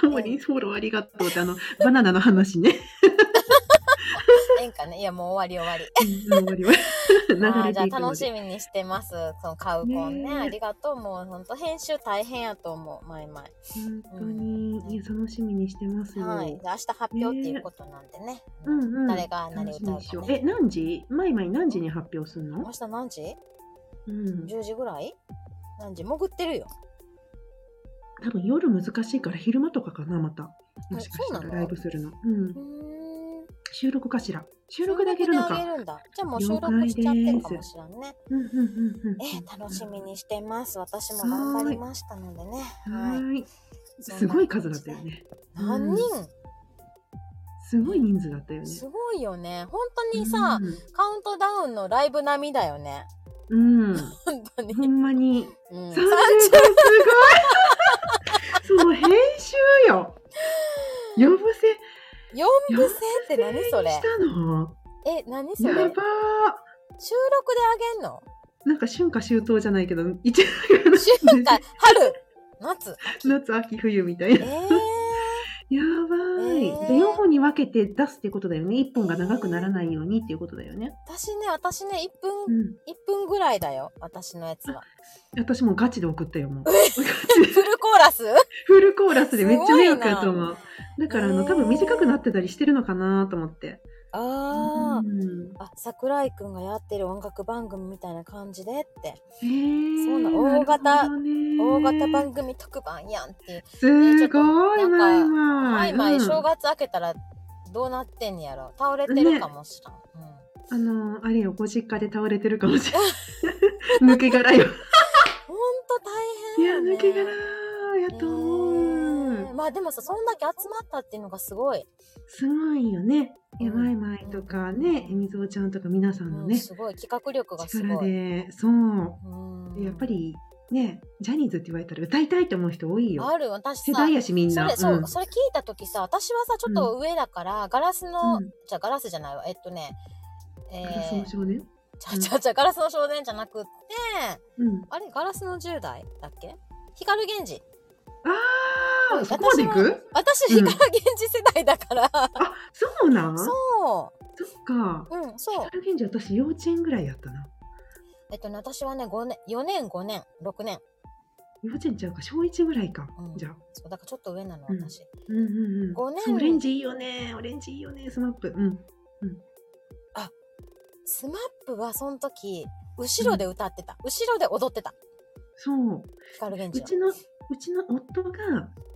[SPEAKER 2] ともにフォローありがとうって、あの、バナナの話ね。
[SPEAKER 1] 演歌ね。いや、もう終わり終わり。
[SPEAKER 2] うん終わりは 流
[SPEAKER 1] あ
[SPEAKER 2] れ
[SPEAKER 1] ーじゃ
[SPEAKER 2] て
[SPEAKER 1] あ
[SPEAKER 2] いくの
[SPEAKER 1] 楽し
[SPEAKER 2] で。
[SPEAKER 1] みにしてます。そのカウコンね。
[SPEAKER 2] ねえ
[SPEAKER 1] ありがとう。もう本当編集大変やと思う。毎毎。
[SPEAKER 2] 本当に、いや、楽しみにしてますよ。
[SPEAKER 1] はい。じゃあ明日発表っていうことなんでね。
[SPEAKER 2] うんうん
[SPEAKER 1] 誰が何
[SPEAKER 2] 楽しみ
[SPEAKER 1] 歌う
[SPEAKER 2] にしよ
[SPEAKER 1] か
[SPEAKER 2] う。え、
[SPEAKER 1] ね。
[SPEAKER 2] 何時マイマイ何時に発表する
[SPEAKER 1] 明
[SPEAKER 2] の
[SPEAKER 1] 日何時
[SPEAKER 2] うん。
[SPEAKER 1] ?10 時ぐらい何時潜ってるよ。
[SPEAKER 2] 多分夜難しいから昼間とかかな、また。もしかした
[SPEAKER 1] そう
[SPEAKER 2] ら
[SPEAKER 1] なの
[SPEAKER 2] ライブするの。うん
[SPEAKER 1] う。ーん。
[SPEAKER 2] 収録かしら。収録だけるの
[SPEAKER 1] 収録で
[SPEAKER 2] か。
[SPEAKER 1] あげるんだ。じゃあもう収
[SPEAKER 2] 了解
[SPEAKER 1] 録しちゃってるかもしらんね。
[SPEAKER 2] うんうんうんうん。
[SPEAKER 1] えー、楽しみにしてます。私も頑張りましたのでね。
[SPEAKER 2] は
[SPEAKER 1] はい。
[SPEAKER 2] ーい。すごい数だったよね。
[SPEAKER 1] 何人
[SPEAKER 2] すごい人数だったよね。
[SPEAKER 1] すごいよね。本当にさ、カウントダウンのライブ並みだよ ね。
[SPEAKER 2] うん、うん。
[SPEAKER 1] 本当に。
[SPEAKER 2] ほんまに。
[SPEAKER 1] うん
[SPEAKER 2] 30分すごいそう、編集よ。呼ぶせ、
[SPEAKER 1] 四部制って何それ
[SPEAKER 2] したの
[SPEAKER 1] え、何それ
[SPEAKER 2] や
[SPEAKER 1] 収
[SPEAKER 2] ば
[SPEAKER 1] 録
[SPEAKER 2] ー
[SPEAKER 1] であげんの
[SPEAKER 2] なんか春夏秋冬じゃないけど、一応、
[SPEAKER 1] 春夏、春、 夏。
[SPEAKER 2] 夏、秋、冬みたい
[SPEAKER 1] え
[SPEAKER 2] な。
[SPEAKER 1] ー、
[SPEAKER 2] やばい。
[SPEAKER 1] えー
[SPEAKER 2] じゃあ4本に分けて出すってことだよね。1本が長くならないようにっていうことだよね。
[SPEAKER 1] 私ね、私ね、1
[SPEAKER 2] う
[SPEAKER 1] 分、
[SPEAKER 2] ん。
[SPEAKER 1] 一分ぐらいだよ。私のやつは。
[SPEAKER 2] 私もガチで送ったよ、もう。
[SPEAKER 1] フルコーラス
[SPEAKER 2] フルコーラスでめっちゃ迷惑やと
[SPEAKER 1] すご
[SPEAKER 2] 思う。だから、あ
[SPEAKER 1] え
[SPEAKER 2] の、
[SPEAKER 1] ー
[SPEAKER 2] 多分短くなってたりしてるのかなと思って。
[SPEAKER 1] あー。
[SPEAKER 2] うん
[SPEAKER 1] あ、桜井くんがやってる音楽番組みたいな感じでって、
[SPEAKER 2] えー、
[SPEAKER 1] そうな大型
[SPEAKER 2] なるほどね
[SPEAKER 1] 大型番組特番やんっていう。
[SPEAKER 2] すご
[SPEAKER 1] な
[SPEAKER 2] い、マ
[SPEAKER 1] ん
[SPEAKER 2] イ
[SPEAKER 1] か
[SPEAKER 2] マ
[SPEAKER 1] 毎
[SPEAKER 2] イ。
[SPEAKER 1] 毎
[SPEAKER 2] うん
[SPEAKER 1] 正月明けたらどうなってんやろ。倒れてるかもしらん。うん
[SPEAKER 2] あのー、あれよ、ご実家で倒れてるかもしれ ない。抜け殻よ。
[SPEAKER 1] ほんと大
[SPEAKER 2] い
[SPEAKER 1] 変
[SPEAKER 2] や、
[SPEAKER 1] よね
[SPEAKER 2] 抜け殻やと思
[SPEAKER 1] えー
[SPEAKER 2] う。
[SPEAKER 1] まあでもさそんだけ集まったっていうのがすごい、
[SPEAKER 2] すごいよね。いや、
[SPEAKER 1] うん
[SPEAKER 2] マイマイとかね、みずおちゃんとか皆さんの
[SPEAKER 1] うん
[SPEAKER 2] ね、
[SPEAKER 1] すごい企画力がす
[SPEAKER 2] 力
[SPEAKER 1] ごい
[SPEAKER 2] で、そう。
[SPEAKER 1] うん
[SPEAKER 2] でやっぱり、ね、ジャニーズって言われたら歌いたいと思う人多いよ。
[SPEAKER 1] ある私さ
[SPEAKER 2] 世代やし、みん
[SPEAKER 1] そ
[SPEAKER 2] な。
[SPEAKER 1] れそう、
[SPEAKER 2] うん
[SPEAKER 1] それ聞いた時さ私はさちょっと上だから、ガラスの、
[SPEAKER 2] うん
[SPEAKER 1] じゃガラスじゃないわえっとねえ
[SPEAKER 2] ガラスの
[SPEAKER 1] ー、
[SPEAKER 2] 少年
[SPEAKER 1] ちゃちゃちゃガラスの少年じゃなくって
[SPEAKER 2] うん。
[SPEAKER 1] あれガラスの10代だっけ光源氏
[SPEAKER 2] ああ、
[SPEAKER 1] 私
[SPEAKER 2] そ
[SPEAKER 1] は
[SPEAKER 2] こまで行く
[SPEAKER 1] 私
[SPEAKER 2] う
[SPEAKER 1] 光
[SPEAKER 2] ん
[SPEAKER 1] 源氏世代だから、
[SPEAKER 2] あ、そうなんそ
[SPEAKER 1] そ
[SPEAKER 2] っか。
[SPEAKER 1] ううんそう
[SPEAKER 2] 光源氏私幼稚園ぐらいやったな
[SPEAKER 1] えっとね私はね5年4年5年6年
[SPEAKER 2] 幼稚園ちゃうか小1ぐらいか、
[SPEAKER 1] うん
[SPEAKER 2] じゃあ
[SPEAKER 1] そうだからちょっと上なの
[SPEAKER 2] うん
[SPEAKER 1] 私、
[SPEAKER 2] うんうんうん
[SPEAKER 1] 五年
[SPEAKER 2] そうオレンジいいよねオレンジいいよねスマップうん
[SPEAKER 1] スマップはその時、後ろで歌ってた。後ろで踊ってた。
[SPEAKER 2] そう
[SPEAKER 1] 光
[SPEAKER 2] う
[SPEAKER 1] 源氏
[SPEAKER 2] ちのうちの夫が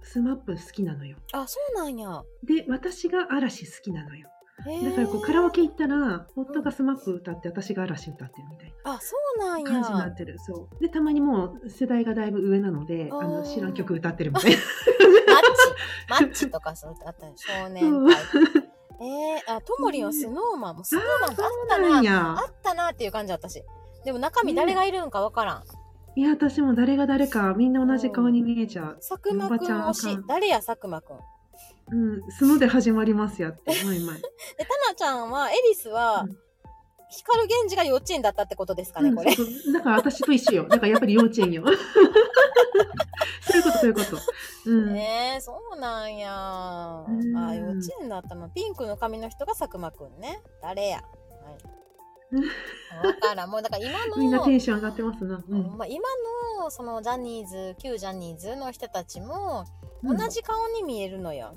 [SPEAKER 2] スマップ好きなのよ
[SPEAKER 1] の。あ、そうなんや。
[SPEAKER 2] で私が嵐好きなのよ
[SPEAKER 1] へー
[SPEAKER 2] だからこうカラオケ行ったら夫がスマップ歌って私が嵐歌ってるみたい
[SPEAKER 1] あ、そうなん
[SPEAKER 2] な感じにな
[SPEAKER 1] や
[SPEAKER 2] っ。てるそうでたまにもう世代がだいぶ上なので
[SPEAKER 1] あ
[SPEAKER 2] あ
[SPEAKER 1] ー
[SPEAKER 2] の知らん曲歌ってるみた いな
[SPEAKER 1] マッチ。マッチとかそうあったよ。少年隊。えー、あ、ともりん
[SPEAKER 2] ね
[SPEAKER 1] スノーマンもスノーマンってあった
[SPEAKER 2] なん
[SPEAKER 1] な。
[SPEAKER 2] や
[SPEAKER 1] あったなっていう感じだったし。でも中身誰がいるんかわからん。
[SPEAKER 2] いや私も誰が誰かみんな同じ顔に見えちゃう
[SPEAKER 1] 佐久間
[SPEAKER 2] おば
[SPEAKER 1] く
[SPEAKER 2] ちゃ
[SPEAKER 1] ん
[SPEAKER 2] ん
[SPEAKER 1] 推し
[SPEAKER 2] あか。ん
[SPEAKER 1] 誰や佐久間くん。
[SPEAKER 2] うん、スノで始まりますやって、毎毎。
[SPEAKER 1] え、タナちゃんは、エリスは
[SPEAKER 2] うん、
[SPEAKER 1] 光源氏が幼稚園だったってことですか
[SPEAKER 2] う
[SPEAKER 1] ね、
[SPEAKER 2] ん
[SPEAKER 1] これ。
[SPEAKER 2] そうそうだから私と一緒よ。だからやっぱり幼稚 園よ。そういうこと、そういうこと。うん。
[SPEAKER 1] ねえそうなんや。あ
[SPEAKER 2] うん
[SPEAKER 1] あ、幼稚園だったの。ピンクの髪の人が佐久間くんね。誰や。 はい。わからん。もうだから今の、
[SPEAKER 2] みんなテンション上がってますな。う
[SPEAKER 1] ほん
[SPEAKER 2] ん。
[SPEAKER 1] ま今の、そのジャニーズ、旧ジャニーズの人たちも、
[SPEAKER 2] う
[SPEAKER 1] 同
[SPEAKER 2] ん
[SPEAKER 1] じ顔に見えるのよ。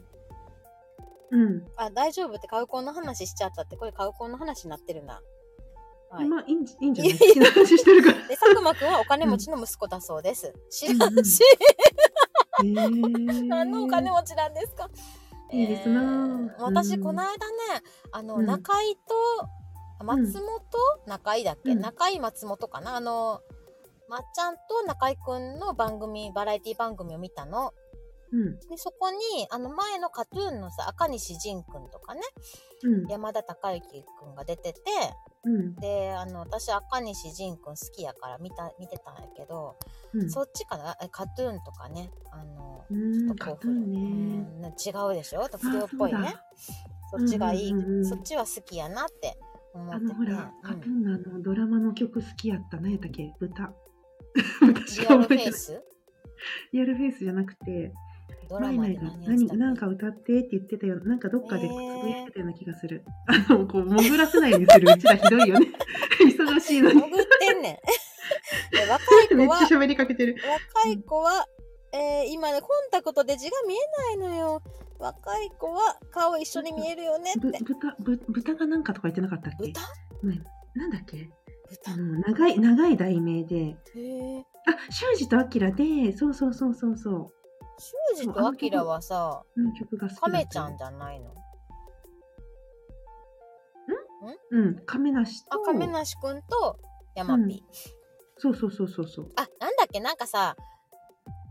[SPEAKER 2] うん。
[SPEAKER 1] あ、大丈夫ってカウコンの話しちゃったって、これカウコンの話になってるな。はい。
[SPEAKER 2] まあ、いいんじいいんじゃない好きな話して るから。
[SPEAKER 1] で、佐久間くんはお金持ちの息子だそうです。知らんし、
[SPEAKER 2] えー
[SPEAKER 1] 何のお金持ちなんですか
[SPEAKER 2] いいですなぁ
[SPEAKER 1] 私
[SPEAKER 2] うん
[SPEAKER 1] この間ねあの、
[SPEAKER 2] うん
[SPEAKER 1] 中井とあ松本、中井だっけ、
[SPEAKER 2] うん
[SPEAKER 1] 中井松本かなあのまっちゃんと中井くんの番組バラエティ番組を見たの
[SPEAKER 2] うん
[SPEAKER 1] でそこにあの前のカトゥーンのさ赤西仁くんとかね
[SPEAKER 2] うん
[SPEAKER 1] 山田孝之くんが出てて
[SPEAKER 2] うん
[SPEAKER 1] であの私赤西仁くん好きやから見た見てたんやけど、
[SPEAKER 2] うん
[SPEAKER 1] そっちかなえカトゥーンとかねあの
[SPEAKER 2] うん
[SPEAKER 1] ちょ
[SPEAKER 2] か
[SPEAKER 1] っとこ
[SPEAKER 2] っ
[SPEAKER 1] う
[SPEAKER 2] こいいね
[SPEAKER 1] うん違うでしょ
[SPEAKER 2] あ
[SPEAKER 1] 卒業っ
[SPEAKER 2] そ
[SPEAKER 1] ぽ
[SPEAKER 2] う
[SPEAKER 1] いね
[SPEAKER 2] だ
[SPEAKER 1] そっちがいい、
[SPEAKER 2] うんうんうんうん
[SPEAKER 1] そっちは好きやなって思って
[SPEAKER 2] あ
[SPEAKER 1] て、
[SPEAKER 2] のほら
[SPEAKER 1] う
[SPEAKER 2] カ
[SPEAKER 1] ん
[SPEAKER 2] トゥーンのあのドラマの曲好きやった何やったっけ豚豚し
[SPEAKER 1] リ
[SPEAKER 2] か
[SPEAKER 1] アルフェイ
[SPEAKER 2] 覚えてない
[SPEAKER 1] ス
[SPEAKER 2] リアルフェイスじゃなくて
[SPEAKER 1] ドラ
[SPEAKER 2] マイ
[SPEAKER 1] マ
[SPEAKER 2] マ
[SPEAKER 1] で
[SPEAKER 2] イが
[SPEAKER 1] 何やって
[SPEAKER 2] 何
[SPEAKER 1] たっ
[SPEAKER 2] なん
[SPEAKER 1] け
[SPEAKER 2] か歌ってって言ってたよなんかどっかでつぶやい
[SPEAKER 1] ね
[SPEAKER 2] てたような気がする、あのこう潜らせないようにするうちらひどいよ ね忙しいのに
[SPEAKER 1] 潜って んねんで若い
[SPEAKER 2] め
[SPEAKER 1] 子
[SPEAKER 2] っ
[SPEAKER 1] は
[SPEAKER 2] ちゃ喋りかけてる
[SPEAKER 1] 若い子は、えー今ねコンタクトで字が見えないのよ若い子は顔一緒に見えるよねって
[SPEAKER 2] ぶ豚ぶ豚がなんかとか言ってなかったっけ
[SPEAKER 1] 豚
[SPEAKER 2] ねなんだっけ
[SPEAKER 1] 豚
[SPEAKER 2] あの長い長い題名で
[SPEAKER 1] へえ
[SPEAKER 2] あ修二とアキラでそうそうそうそうそう
[SPEAKER 1] 修二とアキラはさ
[SPEAKER 2] あの曲が好きだった
[SPEAKER 1] 亀ちゃんじゃないの
[SPEAKER 2] うん亀梨と
[SPEAKER 1] あ亀梨くんと山ピー、
[SPEAKER 2] そうそうそうそうそう
[SPEAKER 1] あなんだっけなんかさ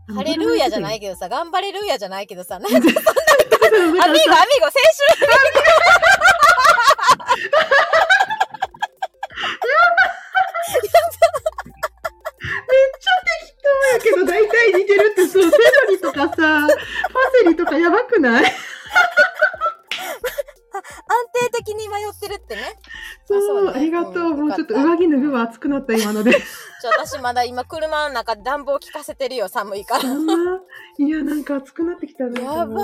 [SPEAKER 2] あの
[SPEAKER 1] ハレルーヤじゃないけどさ、頑張れルーヤじゃないけ どさ、なんか、アミーゴ、アミーゴ、青春
[SPEAKER 2] だけど大体似てるってそうセロリとかさパセリとかやばくない
[SPEAKER 1] 安定的に迷ってるってね。
[SPEAKER 2] そ
[SPEAKER 1] ね
[SPEAKER 2] うありがとう、
[SPEAKER 1] ん
[SPEAKER 2] もうちょっと
[SPEAKER 1] よか
[SPEAKER 2] 上着脱ぐわ暑くなった今の で
[SPEAKER 1] ちょ私まだ今車の中で暖房効かせてるよ、寒い から。
[SPEAKER 2] あんまいやなんか暑くなってきたね
[SPEAKER 1] やば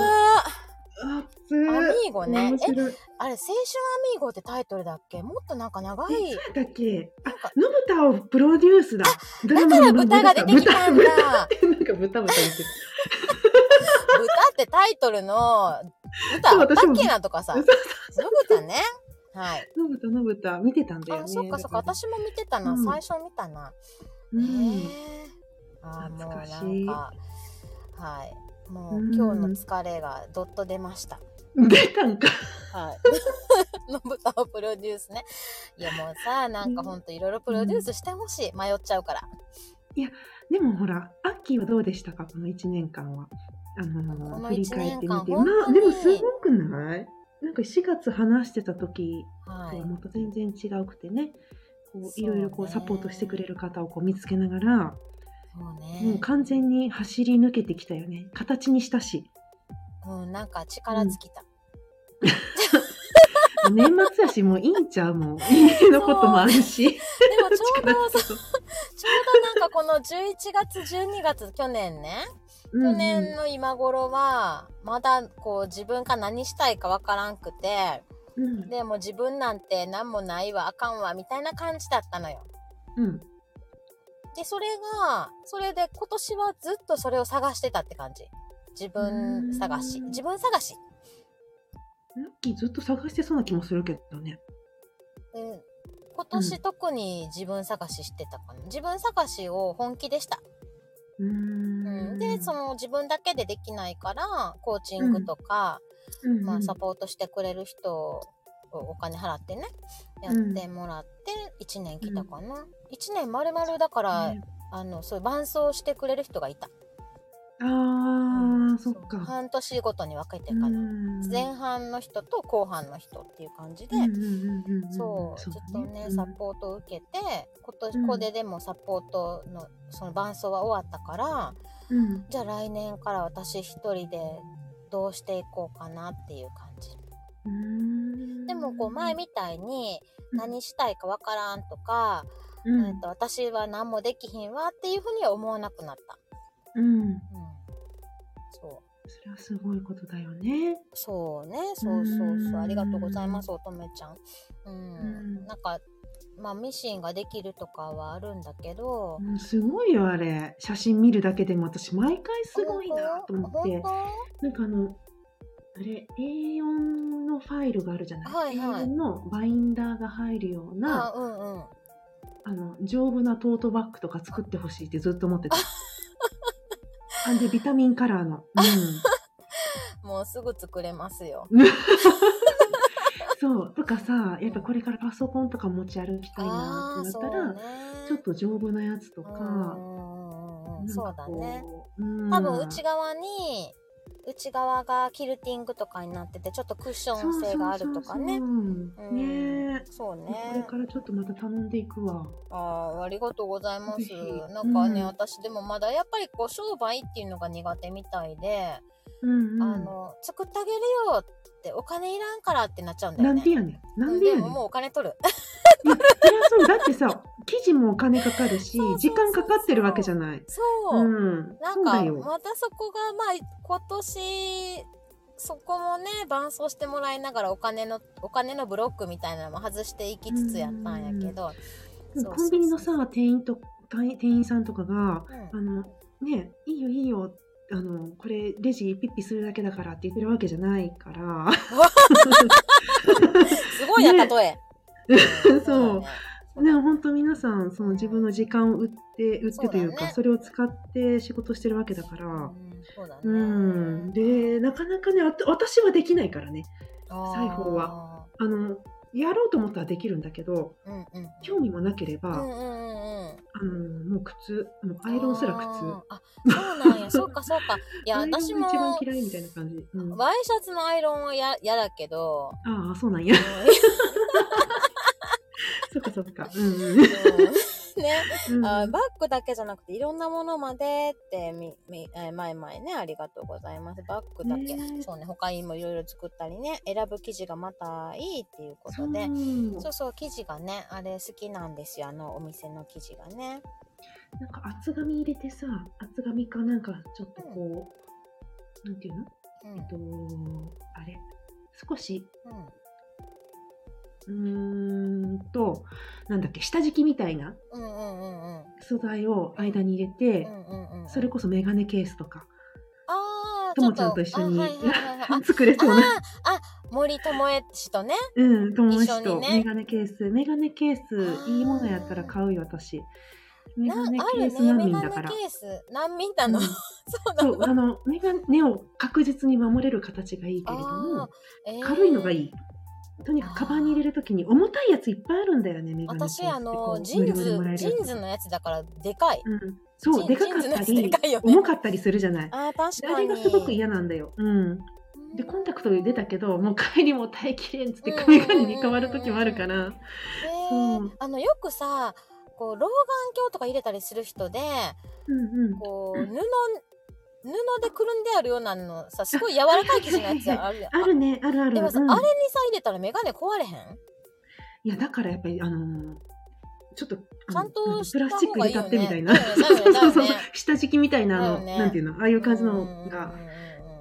[SPEAKER 1] ー
[SPEAKER 2] 暑
[SPEAKER 1] アミーゴね
[SPEAKER 2] 面。
[SPEAKER 1] え、
[SPEAKER 2] 白い
[SPEAKER 1] あれ、青春アミーゴってタイトルだっけもっとなんか長い。
[SPEAKER 2] えそうだっけあ
[SPEAKER 1] なんか、
[SPEAKER 2] のぶたをプロデュースだド
[SPEAKER 1] だ
[SPEAKER 2] ラマ
[SPEAKER 1] から
[SPEAKER 2] の
[SPEAKER 1] 豚が出てきたんだ。豚
[SPEAKER 2] 豚豚 なんか豚豚言ってる
[SPEAKER 1] ってタイトルの豚
[SPEAKER 2] そう
[SPEAKER 1] あったっ
[SPEAKER 2] 私も
[SPEAKER 1] けなとかさ。
[SPEAKER 2] そう
[SPEAKER 1] の豚ね。はい。
[SPEAKER 2] のぶたのぶた見てたんだよね
[SPEAKER 1] あ、そっかそっか。私も見てた
[SPEAKER 2] う
[SPEAKER 1] な。
[SPEAKER 2] ん
[SPEAKER 1] 最初見たな。
[SPEAKER 2] う
[SPEAKER 1] ね
[SPEAKER 2] ん
[SPEAKER 1] えあーもう
[SPEAKER 2] 懐
[SPEAKER 1] なん
[SPEAKER 2] かし
[SPEAKER 1] か
[SPEAKER 2] い
[SPEAKER 1] はいもう
[SPEAKER 2] うん
[SPEAKER 1] 今日の疲れがどっと出ました、
[SPEAKER 2] 出たんか
[SPEAKER 1] はい のぶたをプロデュースねいやもうさなんかほんといろいろプロデュースしてほしい迷っちゃうから
[SPEAKER 2] でもほら、アッキーはどうでしたか、この1年間は。あ
[SPEAKER 1] こ
[SPEAKER 2] の
[SPEAKER 1] の
[SPEAKER 2] 振り返ってみて。ま
[SPEAKER 1] 一年間本当
[SPEAKER 2] あ、
[SPEAKER 1] に
[SPEAKER 2] でもすごくないなんか4月話してた時と
[SPEAKER 1] は
[SPEAKER 2] はいまた全然違うくてね、こう
[SPEAKER 1] そう
[SPEAKER 2] い
[SPEAKER 1] ね
[SPEAKER 2] ろいろこうサポートしてくれる方をこう見つけながら、
[SPEAKER 1] そう
[SPEAKER 2] もう
[SPEAKER 1] ね
[SPEAKER 2] 完全に走り抜けてきたよね。形にしたし。
[SPEAKER 1] うんなんか力尽きた、
[SPEAKER 2] 年末やし、もういいんちゃうもん。家のこともあるし。
[SPEAKER 1] でもちょうど
[SPEAKER 2] 力
[SPEAKER 1] ちょう
[SPEAKER 2] 尽きた
[SPEAKER 1] どなんかこの11月12月去年ね
[SPEAKER 2] うん
[SPEAKER 1] 去
[SPEAKER 2] うん
[SPEAKER 1] 年の今頃はまだこう自分が何したいかわからんくて
[SPEAKER 2] うん
[SPEAKER 1] でも自分なんて何もないわあかんわみたいな感じだったのよ。
[SPEAKER 2] うん
[SPEAKER 1] でそれがそれで今年はずっとそれを探してたって感じ。自分探し
[SPEAKER 2] うーん
[SPEAKER 1] 自分探し。
[SPEAKER 2] アッキーずっと探してそうな気もするけどね。
[SPEAKER 1] うん今年特に自分探ししてたかな。自分探しを本気でした。
[SPEAKER 2] うー
[SPEAKER 1] うん
[SPEAKER 2] ん。
[SPEAKER 1] で、その自分だけでできないから、コーチングとか、
[SPEAKER 2] うんうん、
[SPEAKER 1] まあサポートしてくれる人をお金払ってね、やってもらって1年来たかな。1年丸々だから
[SPEAKER 2] ね
[SPEAKER 1] あのそういう伴奏してくれる人がいた
[SPEAKER 2] ああ、そっ
[SPEAKER 1] そう
[SPEAKER 2] か。
[SPEAKER 1] 半年ごとに分けて
[SPEAKER 2] う
[SPEAKER 1] かな、
[SPEAKER 2] ん
[SPEAKER 1] 前半の人と後半の人っていう感じで、
[SPEAKER 2] うんうんうんうん
[SPEAKER 1] そう
[SPEAKER 2] そ
[SPEAKER 1] ず
[SPEAKER 2] う
[SPEAKER 1] っ
[SPEAKER 2] だ
[SPEAKER 1] と
[SPEAKER 2] ね
[SPEAKER 1] ね
[SPEAKER 2] うん
[SPEAKER 1] サポートを受けて今年
[SPEAKER 2] うん
[SPEAKER 1] ここででもサポートのその伴奏は終わったから
[SPEAKER 2] うん
[SPEAKER 1] じゃあ来年から私一人でどうしていこうかなっていう感じ
[SPEAKER 2] うん
[SPEAKER 1] でもこう前みたいに何したいかわからんとか、
[SPEAKER 2] うん
[SPEAKER 1] えっと私は何もできひんわっていうふうには思わなくなった、
[SPEAKER 2] うん
[SPEAKER 1] うん、そう
[SPEAKER 2] それはすごいことだよね。
[SPEAKER 1] そうね、そうそう
[SPEAKER 2] う
[SPEAKER 1] そ
[SPEAKER 2] ー
[SPEAKER 1] う、
[SPEAKER 2] ん
[SPEAKER 1] ありがとうございます、乙女ちゃん。うん、
[SPEAKER 2] うん
[SPEAKER 1] なんか、まあ、ミシンができるとかはあるんだけど。
[SPEAKER 2] うんすごいよあれ写真見るだけでも私毎回すごいなと思っ
[SPEAKER 1] 本
[SPEAKER 2] て
[SPEAKER 1] 当。
[SPEAKER 2] なんかあのあれ A4 のファイルがあるじゃない、
[SPEAKER 1] はいはい
[SPEAKER 2] A4 のバインダーが入るよう
[SPEAKER 1] 本当
[SPEAKER 2] な
[SPEAKER 1] あ、うんうん。
[SPEAKER 2] あの丈夫なトートバッグとか作ってほし いってずっと思ってた。あんでビタミンカラーの。うん
[SPEAKER 1] もうすぐ作れますよ。
[SPEAKER 2] そうとかさやっぱこれからパソコンとか持ち歩きたいなってなったら、ちょっと丈夫なやつと
[SPEAKER 1] と
[SPEAKER 2] か、
[SPEAKER 1] そうだね。
[SPEAKER 2] うん。
[SPEAKER 1] 多分内側に内側がキルティングとかになっててちょっとクッション性があるとかね
[SPEAKER 2] そうそうそうそうね
[SPEAKER 1] そう
[SPEAKER 2] え、これ
[SPEAKER 1] ね
[SPEAKER 2] からちょっとまた頼んでいくわ。
[SPEAKER 1] あーありがとうございます
[SPEAKER 2] ぜひ
[SPEAKER 1] なんかね、
[SPEAKER 2] うん
[SPEAKER 1] 私でもまだやっぱりこう商売っていうのが苦手みたいで、
[SPEAKER 2] うんうん。
[SPEAKER 1] あの作ってあげるよってお金いらんからってなっちゃうんだ
[SPEAKER 2] な
[SPEAKER 1] よ
[SPEAKER 2] ん
[SPEAKER 1] ね
[SPEAKER 2] でやねん。なん
[SPEAKER 1] ん
[SPEAKER 2] でやねん。
[SPEAKER 1] ももうお金取る
[SPEAKER 2] いやそりゃそうだってさ、生地もお金かかるし
[SPEAKER 1] そうそうそう、
[SPEAKER 2] 時間かかってるわけじゃない。
[SPEAKER 1] そう、
[SPEAKER 2] うん。
[SPEAKER 1] なん
[SPEAKER 2] そうだ
[SPEAKER 1] か
[SPEAKER 2] よ。
[SPEAKER 1] またそこがまあ今年そこもね伴走してもらいながらお金のお金のブロックみたいなのも外していきつつやったんやけど、そ
[SPEAKER 2] で
[SPEAKER 1] うそうそう
[SPEAKER 2] もコンビニのさ、店員と店員店員さんとかが、
[SPEAKER 1] うん
[SPEAKER 2] あのね、いいよいいよ。あのこれレジピッピするだけだからって言ってるわけじゃないから。
[SPEAKER 1] すごいな、
[SPEAKER 2] ね
[SPEAKER 1] 例え。
[SPEAKER 2] そう
[SPEAKER 1] だね
[SPEAKER 2] ね、本当皆さんその自分の時間を売って売っ
[SPEAKER 1] そうだ
[SPEAKER 2] て
[SPEAKER 1] よ
[SPEAKER 2] というかそ
[SPEAKER 1] ね
[SPEAKER 2] れを使って仕事してるわけだから、
[SPEAKER 1] そうだね。
[SPEAKER 2] うん、でなかなかねわた私はできないからね裁
[SPEAKER 1] 裁
[SPEAKER 2] 縫は。あのやろうと思ったらできるんだけど
[SPEAKER 1] うんうん。
[SPEAKER 2] 興味もなければ、
[SPEAKER 1] うんうんうんうん。
[SPEAKER 2] あのもう靴もうアイロンすら靴
[SPEAKER 1] あー。あそうなんや。そうか そうか。いや、
[SPEAKER 2] アイロンが
[SPEAKER 1] 私も、
[SPEAKER 2] 一番嫌いみたいな感じ、うん、あ
[SPEAKER 1] ワイシャツのアイロンはや嫌だけど、
[SPEAKER 2] あ そうなんや
[SPEAKER 1] う
[SPEAKER 2] そっかそっかうんうん
[SPEAKER 1] んうんね、
[SPEAKER 2] うん
[SPEAKER 1] あーバッグだけじゃなくていろんなものまでってみみ、えー前々ねありがとうございますバッグだけ、
[SPEAKER 2] ね
[SPEAKER 1] そうね他にもいろいろ作ったりね選ぶ生地がまたいいっていうこ
[SPEAKER 2] そ
[SPEAKER 1] と
[SPEAKER 2] う
[SPEAKER 1] でそうそう、生地がね、あれ好きなんですよ、あのお店の生地がね。
[SPEAKER 2] なんか厚紙入れてさ厚紙かなんかちょっとこう、なんていうの
[SPEAKER 1] うん。
[SPEAKER 2] えっと、あれ、少し、
[SPEAKER 1] うん、
[SPEAKER 2] うーんと、なんだっけ、下敷きみたいな
[SPEAKER 1] うんうんうんうん。
[SPEAKER 2] 素材を間に入れ
[SPEAKER 1] う
[SPEAKER 2] て、
[SPEAKER 1] んうんうん。
[SPEAKER 2] それこそメガネケースとか、
[SPEAKER 1] ああ、
[SPEAKER 2] ともちゃんと一緒に。
[SPEAKER 1] あはいはいはいはい
[SPEAKER 2] 作れ
[SPEAKER 1] あ
[SPEAKER 2] そうな、
[SPEAKER 1] ああ、森友恵氏とね。
[SPEAKER 2] うん、友
[SPEAKER 1] 一緒
[SPEAKER 2] 達
[SPEAKER 1] に
[SPEAKER 2] と
[SPEAKER 1] ね
[SPEAKER 2] メガネケース、メガネケー
[SPEAKER 1] あ
[SPEAKER 2] ス、
[SPEAKER 1] ー
[SPEAKER 2] いいものやったら買うよ、私。メ
[SPEAKER 1] な
[SPEAKER 2] ガネ
[SPEAKER 1] あ
[SPEAKER 2] ケ
[SPEAKER 1] る
[SPEAKER 2] ース
[SPEAKER 1] ね、
[SPEAKER 2] 難
[SPEAKER 1] メ
[SPEAKER 2] 民
[SPEAKER 1] ガ
[SPEAKER 2] だ
[SPEAKER 1] ネ
[SPEAKER 2] から。
[SPEAKER 1] ケース。難民なの。
[SPEAKER 2] うん
[SPEAKER 1] そうな
[SPEAKER 2] そ
[SPEAKER 1] の。
[SPEAKER 2] う、あの、メガネを確実に守れる形がいいけれども、
[SPEAKER 1] えー
[SPEAKER 2] 軽いのがいい。とにかくカバンに入れるときに重たいやついっぱいあるんだよね、メガネケースって
[SPEAKER 1] 私、
[SPEAKER 2] こう。
[SPEAKER 1] あの、ジ
[SPEAKER 2] 無
[SPEAKER 1] ーン
[SPEAKER 2] 料でもらえ
[SPEAKER 1] ズ、
[SPEAKER 2] る
[SPEAKER 1] ジ
[SPEAKER 2] やつ
[SPEAKER 1] ーンズのやつだから、でかい。
[SPEAKER 2] うん、そう、
[SPEAKER 1] ジ
[SPEAKER 2] で
[SPEAKER 1] ーン
[SPEAKER 2] かかった
[SPEAKER 1] ジーンズのやつ
[SPEAKER 2] り
[SPEAKER 1] でかいよね、
[SPEAKER 2] 重かったりするじゃない。
[SPEAKER 1] ああ、確
[SPEAKER 2] あ
[SPEAKER 1] か
[SPEAKER 2] れ
[SPEAKER 1] に。
[SPEAKER 2] がすごく嫌なんだよ。うん。で、コンタクトで出たけど、もう帰りも耐えきれんっつって
[SPEAKER 1] うん
[SPEAKER 2] 髪紙に変わる時もあるから。
[SPEAKER 1] へー
[SPEAKER 2] そう
[SPEAKER 1] あのよくさこう老眼鏡とか入れたりする人で
[SPEAKER 2] うんうん。
[SPEAKER 1] こう布布でくるんであるようなのさすごい柔らかい生地のやつあるやん。
[SPEAKER 2] あるね、あるあ
[SPEAKER 1] あ
[SPEAKER 2] る。
[SPEAKER 1] でもさ、
[SPEAKER 2] うん
[SPEAKER 1] あれにさ入れたらメガネ壊れへん
[SPEAKER 2] いや、だからやっぱり、あのーちょっと、あの
[SPEAKER 1] ちゃんとし
[SPEAKER 2] プ
[SPEAKER 1] た
[SPEAKER 2] ラスチック入れたってみたいな。
[SPEAKER 1] 方がいいよね
[SPEAKER 2] そう そ
[SPEAKER 1] だよ
[SPEAKER 2] うそう
[SPEAKER 1] ねだよね。
[SPEAKER 2] 下敷きみたいな、
[SPEAKER 1] だよ
[SPEAKER 2] あの、
[SPEAKER 1] ね
[SPEAKER 2] なんていうの、ああいう感じ
[SPEAKER 1] う
[SPEAKER 2] の
[SPEAKER 1] ん
[SPEAKER 2] が
[SPEAKER 1] うん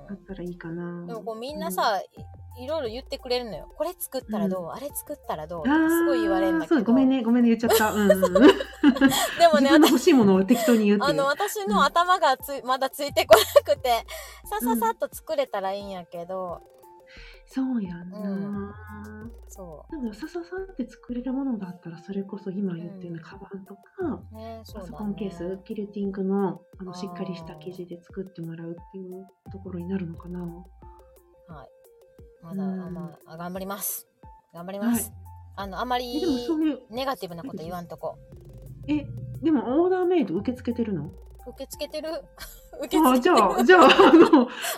[SPEAKER 2] あったらいいか
[SPEAKER 1] う
[SPEAKER 2] な。
[SPEAKER 1] んでもこうみんなさ、いいろいろ言ってくれるのよこれ作ったらどう、あれ作ったらどうって
[SPEAKER 2] うん、あ
[SPEAKER 1] すごい言われるんだけ
[SPEAKER 2] あー
[SPEAKER 1] ど
[SPEAKER 2] そう、ごめんね、ごめんね、言っちゃっ た。うん。でもね、
[SPEAKER 1] でも
[SPEAKER 2] 自
[SPEAKER 1] ね
[SPEAKER 2] 分の欲しいものを適当に言うって
[SPEAKER 1] あ
[SPEAKER 2] いう
[SPEAKER 1] の。私の頭がついまだついてこなくてさささっと作れたらいいんやけど、
[SPEAKER 2] そうやん
[SPEAKER 1] う
[SPEAKER 2] な。
[SPEAKER 1] そ
[SPEAKER 2] でもさささんって作れるものだったらそれこそ今言って
[SPEAKER 1] う
[SPEAKER 2] るよう
[SPEAKER 1] ん
[SPEAKER 2] なカバンとか、
[SPEAKER 1] うねそう
[SPEAKER 2] パ
[SPEAKER 1] だ、
[SPEAKER 2] ソ
[SPEAKER 1] ね、
[SPEAKER 2] コンケースキルティングのあ
[SPEAKER 1] あ
[SPEAKER 2] の
[SPEAKER 1] ー
[SPEAKER 2] しっかりした生地で作ってもらうっていうところになるのかな。
[SPEAKER 1] はい。まだ、
[SPEAKER 2] うん
[SPEAKER 1] あまあ、頑張ります。頑張ります。
[SPEAKER 2] は
[SPEAKER 1] あの、あま
[SPEAKER 2] えでもそう
[SPEAKER 1] り
[SPEAKER 2] いう
[SPEAKER 1] ネガティブなこと言わんとこ。
[SPEAKER 2] えでもオーダーメイド受け付けてるの？
[SPEAKER 1] 受け付けてる 受け
[SPEAKER 2] あ
[SPEAKER 1] 付けて
[SPEAKER 2] ーじ
[SPEAKER 1] る
[SPEAKER 2] ゃあじゃああ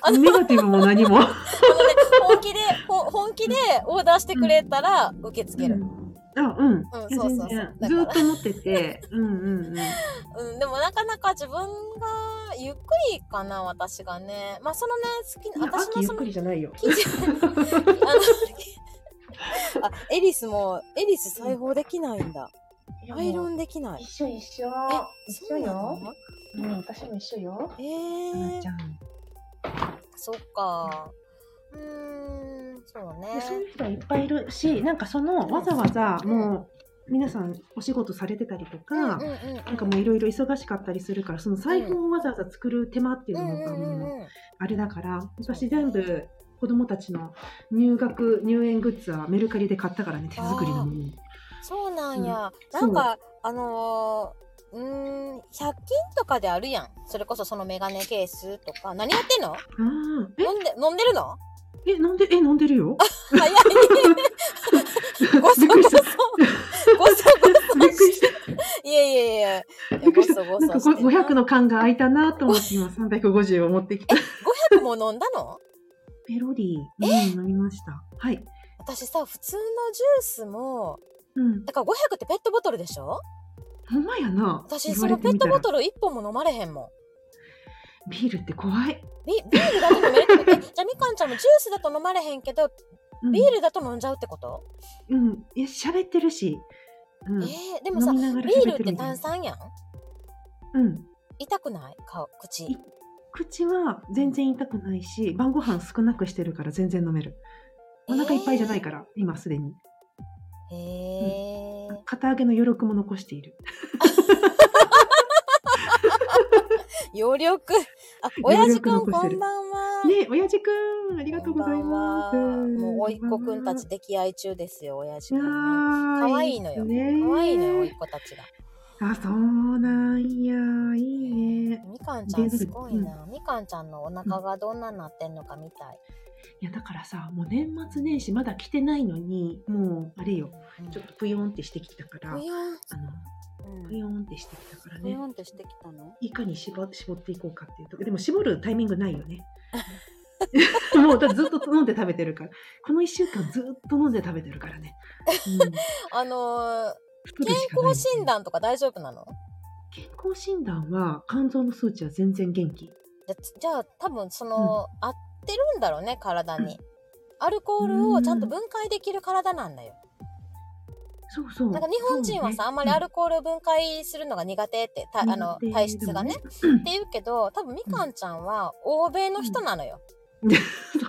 [SPEAKER 1] あの
[SPEAKER 2] のネガティブも何も。あ
[SPEAKER 1] あのね、本気で、ほ本気でオーダーしてくれたら受け付ける。
[SPEAKER 2] うん。
[SPEAKER 1] うん
[SPEAKER 2] いや
[SPEAKER 1] そうそうそう
[SPEAKER 2] 全然
[SPEAKER 1] だ
[SPEAKER 2] ず
[SPEAKER 1] から
[SPEAKER 2] ーっと持ってて、うんうんうん。
[SPEAKER 1] うん、でもなかなか自分がゆっくりかな、私がね。まあ、そのね、好きな、
[SPEAKER 2] あ
[SPEAKER 1] 私
[SPEAKER 2] き
[SPEAKER 1] の
[SPEAKER 2] ゆっ
[SPEAKER 1] その
[SPEAKER 2] くりじゃないよ。
[SPEAKER 1] 生地、 あの、あ、エリスも、エリス裁縫できないんだ。アイロンできない。
[SPEAKER 3] 一緒一緒一緒
[SPEAKER 1] そうな
[SPEAKER 3] よ。
[SPEAKER 1] の
[SPEAKER 3] うん、私も一緒よ。
[SPEAKER 1] え
[SPEAKER 2] か
[SPEAKER 1] ー
[SPEAKER 2] なち。ゃん。
[SPEAKER 1] そっか。うーん、そう
[SPEAKER 2] でそう
[SPEAKER 1] ね。
[SPEAKER 2] いう人はいっぱいいるしなんかそのわざわざもう皆さんお仕事されてたりとか、
[SPEAKER 1] うんうんうんうん、
[SPEAKER 2] なんかもういろいろ忙しかったりするからその財布をわざわざ作る手間っていう
[SPEAKER 1] う
[SPEAKER 2] の
[SPEAKER 1] んう
[SPEAKER 2] が
[SPEAKER 1] んうん
[SPEAKER 2] もう
[SPEAKER 1] うん。
[SPEAKER 2] あれだから私全部子供たちの入学入園グッズはメルカリで買ったからね手作りのもの
[SPEAKER 1] そうなんや。
[SPEAKER 2] うん
[SPEAKER 1] なんか、あのーうーん、100均とかであるやん。それこそそのメガネケースとか。何やってんの
[SPEAKER 2] うんえ
[SPEAKER 1] 飲んで、飲んでる の
[SPEAKER 2] え飲んでえ飲んでるよ。
[SPEAKER 1] 早い。ごそ
[SPEAKER 2] びっ
[SPEAKER 1] ご
[SPEAKER 2] くりし
[SPEAKER 1] そ。
[SPEAKER 2] た。
[SPEAKER 1] ごそ
[SPEAKER 2] び
[SPEAKER 1] ご
[SPEAKER 2] っ
[SPEAKER 1] そ
[SPEAKER 2] くり
[SPEAKER 1] し
[SPEAKER 2] した。
[SPEAKER 1] いやいやいやい
[SPEAKER 2] び
[SPEAKER 1] や。
[SPEAKER 2] っく
[SPEAKER 1] ご
[SPEAKER 2] りし
[SPEAKER 1] そ
[SPEAKER 2] た。
[SPEAKER 1] ご
[SPEAKER 2] なんか
[SPEAKER 1] そして
[SPEAKER 2] 五
[SPEAKER 1] な。
[SPEAKER 2] 百の缶が開いたなと思って今三百五十を持ってきた。
[SPEAKER 1] 500も飲んだの
[SPEAKER 2] ペロリーうん飲みました。はい。
[SPEAKER 1] 私さ、普通のジュースも、
[SPEAKER 2] うん。
[SPEAKER 1] だから500ってペットボトルでしょ
[SPEAKER 2] ほんまやな。
[SPEAKER 1] 私、
[SPEAKER 2] 言
[SPEAKER 1] そ
[SPEAKER 2] われ
[SPEAKER 1] の
[SPEAKER 2] て
[SPEAKER 1] ペッ
[SPEAKER 2] み
[SPEAKER 1] ト
[SPEAKER 2] たら
[SPEAKER 1] ボトル1本も飲まれへんもん。
[SPEAKER 2] ビールって怖い。
[SPEAKER 1] ビビールだと飲めるってことえじゃあみかんちゃんもジュースだと飲まれへんけど、
[SPEAKER 2] うん
[SPEAKER 1] ビールだと飲んじゃうってこと、
[SPEAKER 2] うん。いや喋ってるし。うん。
[SPEAKER 1] え
[SPEAKER 2] 飲
[SPEAKER 1] ー、でもさ、
[SPEAKER 2] みながら
[SPEAKER 1] ビー
[SPEAKER 2] 喋っ
[SPEAKER 1] ル
[SPEAKER 2] て
[SPEAKER 1] って
[SPEAKER 2] るみた
[SPEAKER 1] 炭
[SPEAKER 2] いな。
[SPEAKER 1] 酸やん
[SPEAKER 2] うん。
[SPEAKER 1] 痛くない顔、口。
[SPEAKER 2] い口は全然痛くないし、晩ご飯少なくしてるから全然飲める。お腹いっぱいじゃないから、今すでに。
[SPEAKER 1] へえ、
[SPEAKER 2] 片揚げの余力も残している。
[SPEAKER 1] 余力。あ、親父くん
[SPEAKER 2] 余
[SPEAKER 1] こ
[SPEAKER 2] 力残してる
[SPEAKER 1] んばんは。
[SPEAKER 2] ねえ、親父くん、ありがとうございます。
[SPEAKER 1] こんばんはもう、おいっ子くんたち
[SPEAKER 2] こ
[SPEAKER 1] 溺愛中ですよ、親父く
[SPEAKER 2] んば
[SPEAKER 1] んね。
[SPEAKER 2] んは。
[SPEAKER 1] 可愛いのよ。
[SPEAKER 2] 可
[SPEAKER 1] 可愛いのよ、おいっ子たちが。
[SPEAKER 2] あ、そうなんや、いいね。
[SPEAKER 1] みかんちゃん
[SPEAKER 2] 出て
[SPEAKER 1] す
[SPEAKER 2] る
[SPEAKER 1] ごいな。みかんちゃんのお腹がどんなになってんのか見たい。
[SPEAKER 2] いや、だからさ、もう年末年始まだ来てないのに、もう、あれよ、
[SPEAKER 1] うん
[SPEAKER 2] ちょっとぷよんってしてきたから、あ
[SPEAKER 1] ぷ
[SPEAKER 2] の、
[SPEAKER 1] よん。
[SPEAKER 2] ぷよんってしてきたから
[SPEAKER 1] ぷ
[SPEAKER 2] ね
[SPEAKER 1] よ。んってしてきたの
[SPEAKER 2] いかに絞絞っていこうかっていうとこでも絞るタイミングないよね もうだずっと飲んで食べてるからこの1週間ずっと飲んで食べてるからね、うん
[SPEAKER 1] あのー、
[SPEAKER 2] 太る
[SPEAKER 1] 健
[SPEAKER 2] しかない
[SPEAKER 1] 康診断とか大丈夫なの
[SPEAKER 2] 健康診断は肝臓の数値は全然元気
[SPEAKER 1] じゃじゃあ多分その、合ってるんだろうね体にアルコールをちゃんと分解できる体なんだよ、
[SPEAKER 2] そうそう
[SPEAKER 1] なんか日本人はさ、あんまりアルコール分解するのが苦手ってた、あの体質がね、
[SPEAKER 2] うん
[SPEAKER 1] って言うけど多分みかんちゃんは欧米の人なのよ、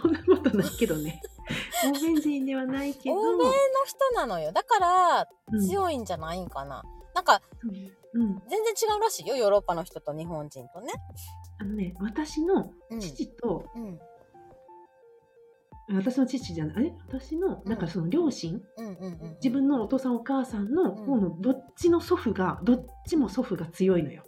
[SPEAKER 2] そんなことないけどね 欧米人ではないけど
[SPEAKER 1] 欧米の人なのよだから
[SPEAKER 2] うん
[SPEAKER 1] 強いんじゃないんかな、なんか
[SPEAKER 2] うんうん
[SPEAKER 1] 全然違うらしいよヨーロッパの人と日本人とね
[SPEAKER 2] あのね私の
[SPEAKER 1] うん
[SPEAKER 2] 父と、
[SPEAKER 1] うん
[SPEAKER 2] 私の父じゃないえ私のなんかその両親、
[SPEAKER 1] うんうんうん
[SPEAKER 2] 自分のお父さんお母さんの方のどっちの祖父がどっちも祖父が強いのよ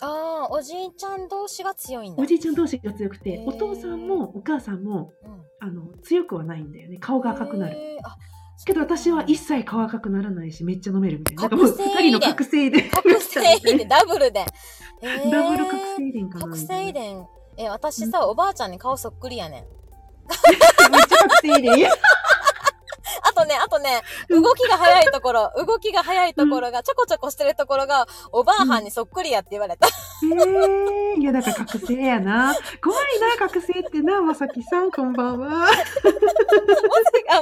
[SPEAKER 1] ああおじいちゃん同士が強いんだ
[SPEAKER 2] おじいちゃん同士が強く
[SPEAKER 1] へ
[SPEAKER 2] て
[SPEAKER 1] ー
[SPEAKER 2] お父さんもお母さんも
[SPEAKER 1] うん
[SPEAKER 2] あの強くはないんだよね顔が赤くなる
[SPEAKER 1] へーあ
[SPEAKER 2] けど私は一切顔赤くならないしめっちゃ飲めるみたいななんかもう
[SPEAKER 1] 覚醒遺伝
[SPEAKER 2] 2人の覚醒で
[SPEAKER 1] 覚醒遺伝ダブルで、えー
[SPEAKER 2] ダブル覚醒遺伝かな
[SPEAKER 1] 覚
[SPEAKER 2] みた
[SPEAKER 1] 醒遺
[SPEAKER 2] いな
[SPEAKER 1] 伝え私さ、おばあちゃんに顔そっくりやねん
[SPEAKER 2] めっちゃ覚醒遺 伝いや
[SPEAKER 1] あとねあとね
[SPEAKER 2] うん
[SPEAKER 1] 動きが早いところ動きが早いところが、ちょこちょこしてるところがおばあはんにそっくりやって言われた、
[SPEAKER 2] えーいやだから覚醒やな怖いな覚醒ってなまさきさんこんばんは
[SPEAKER 1] あ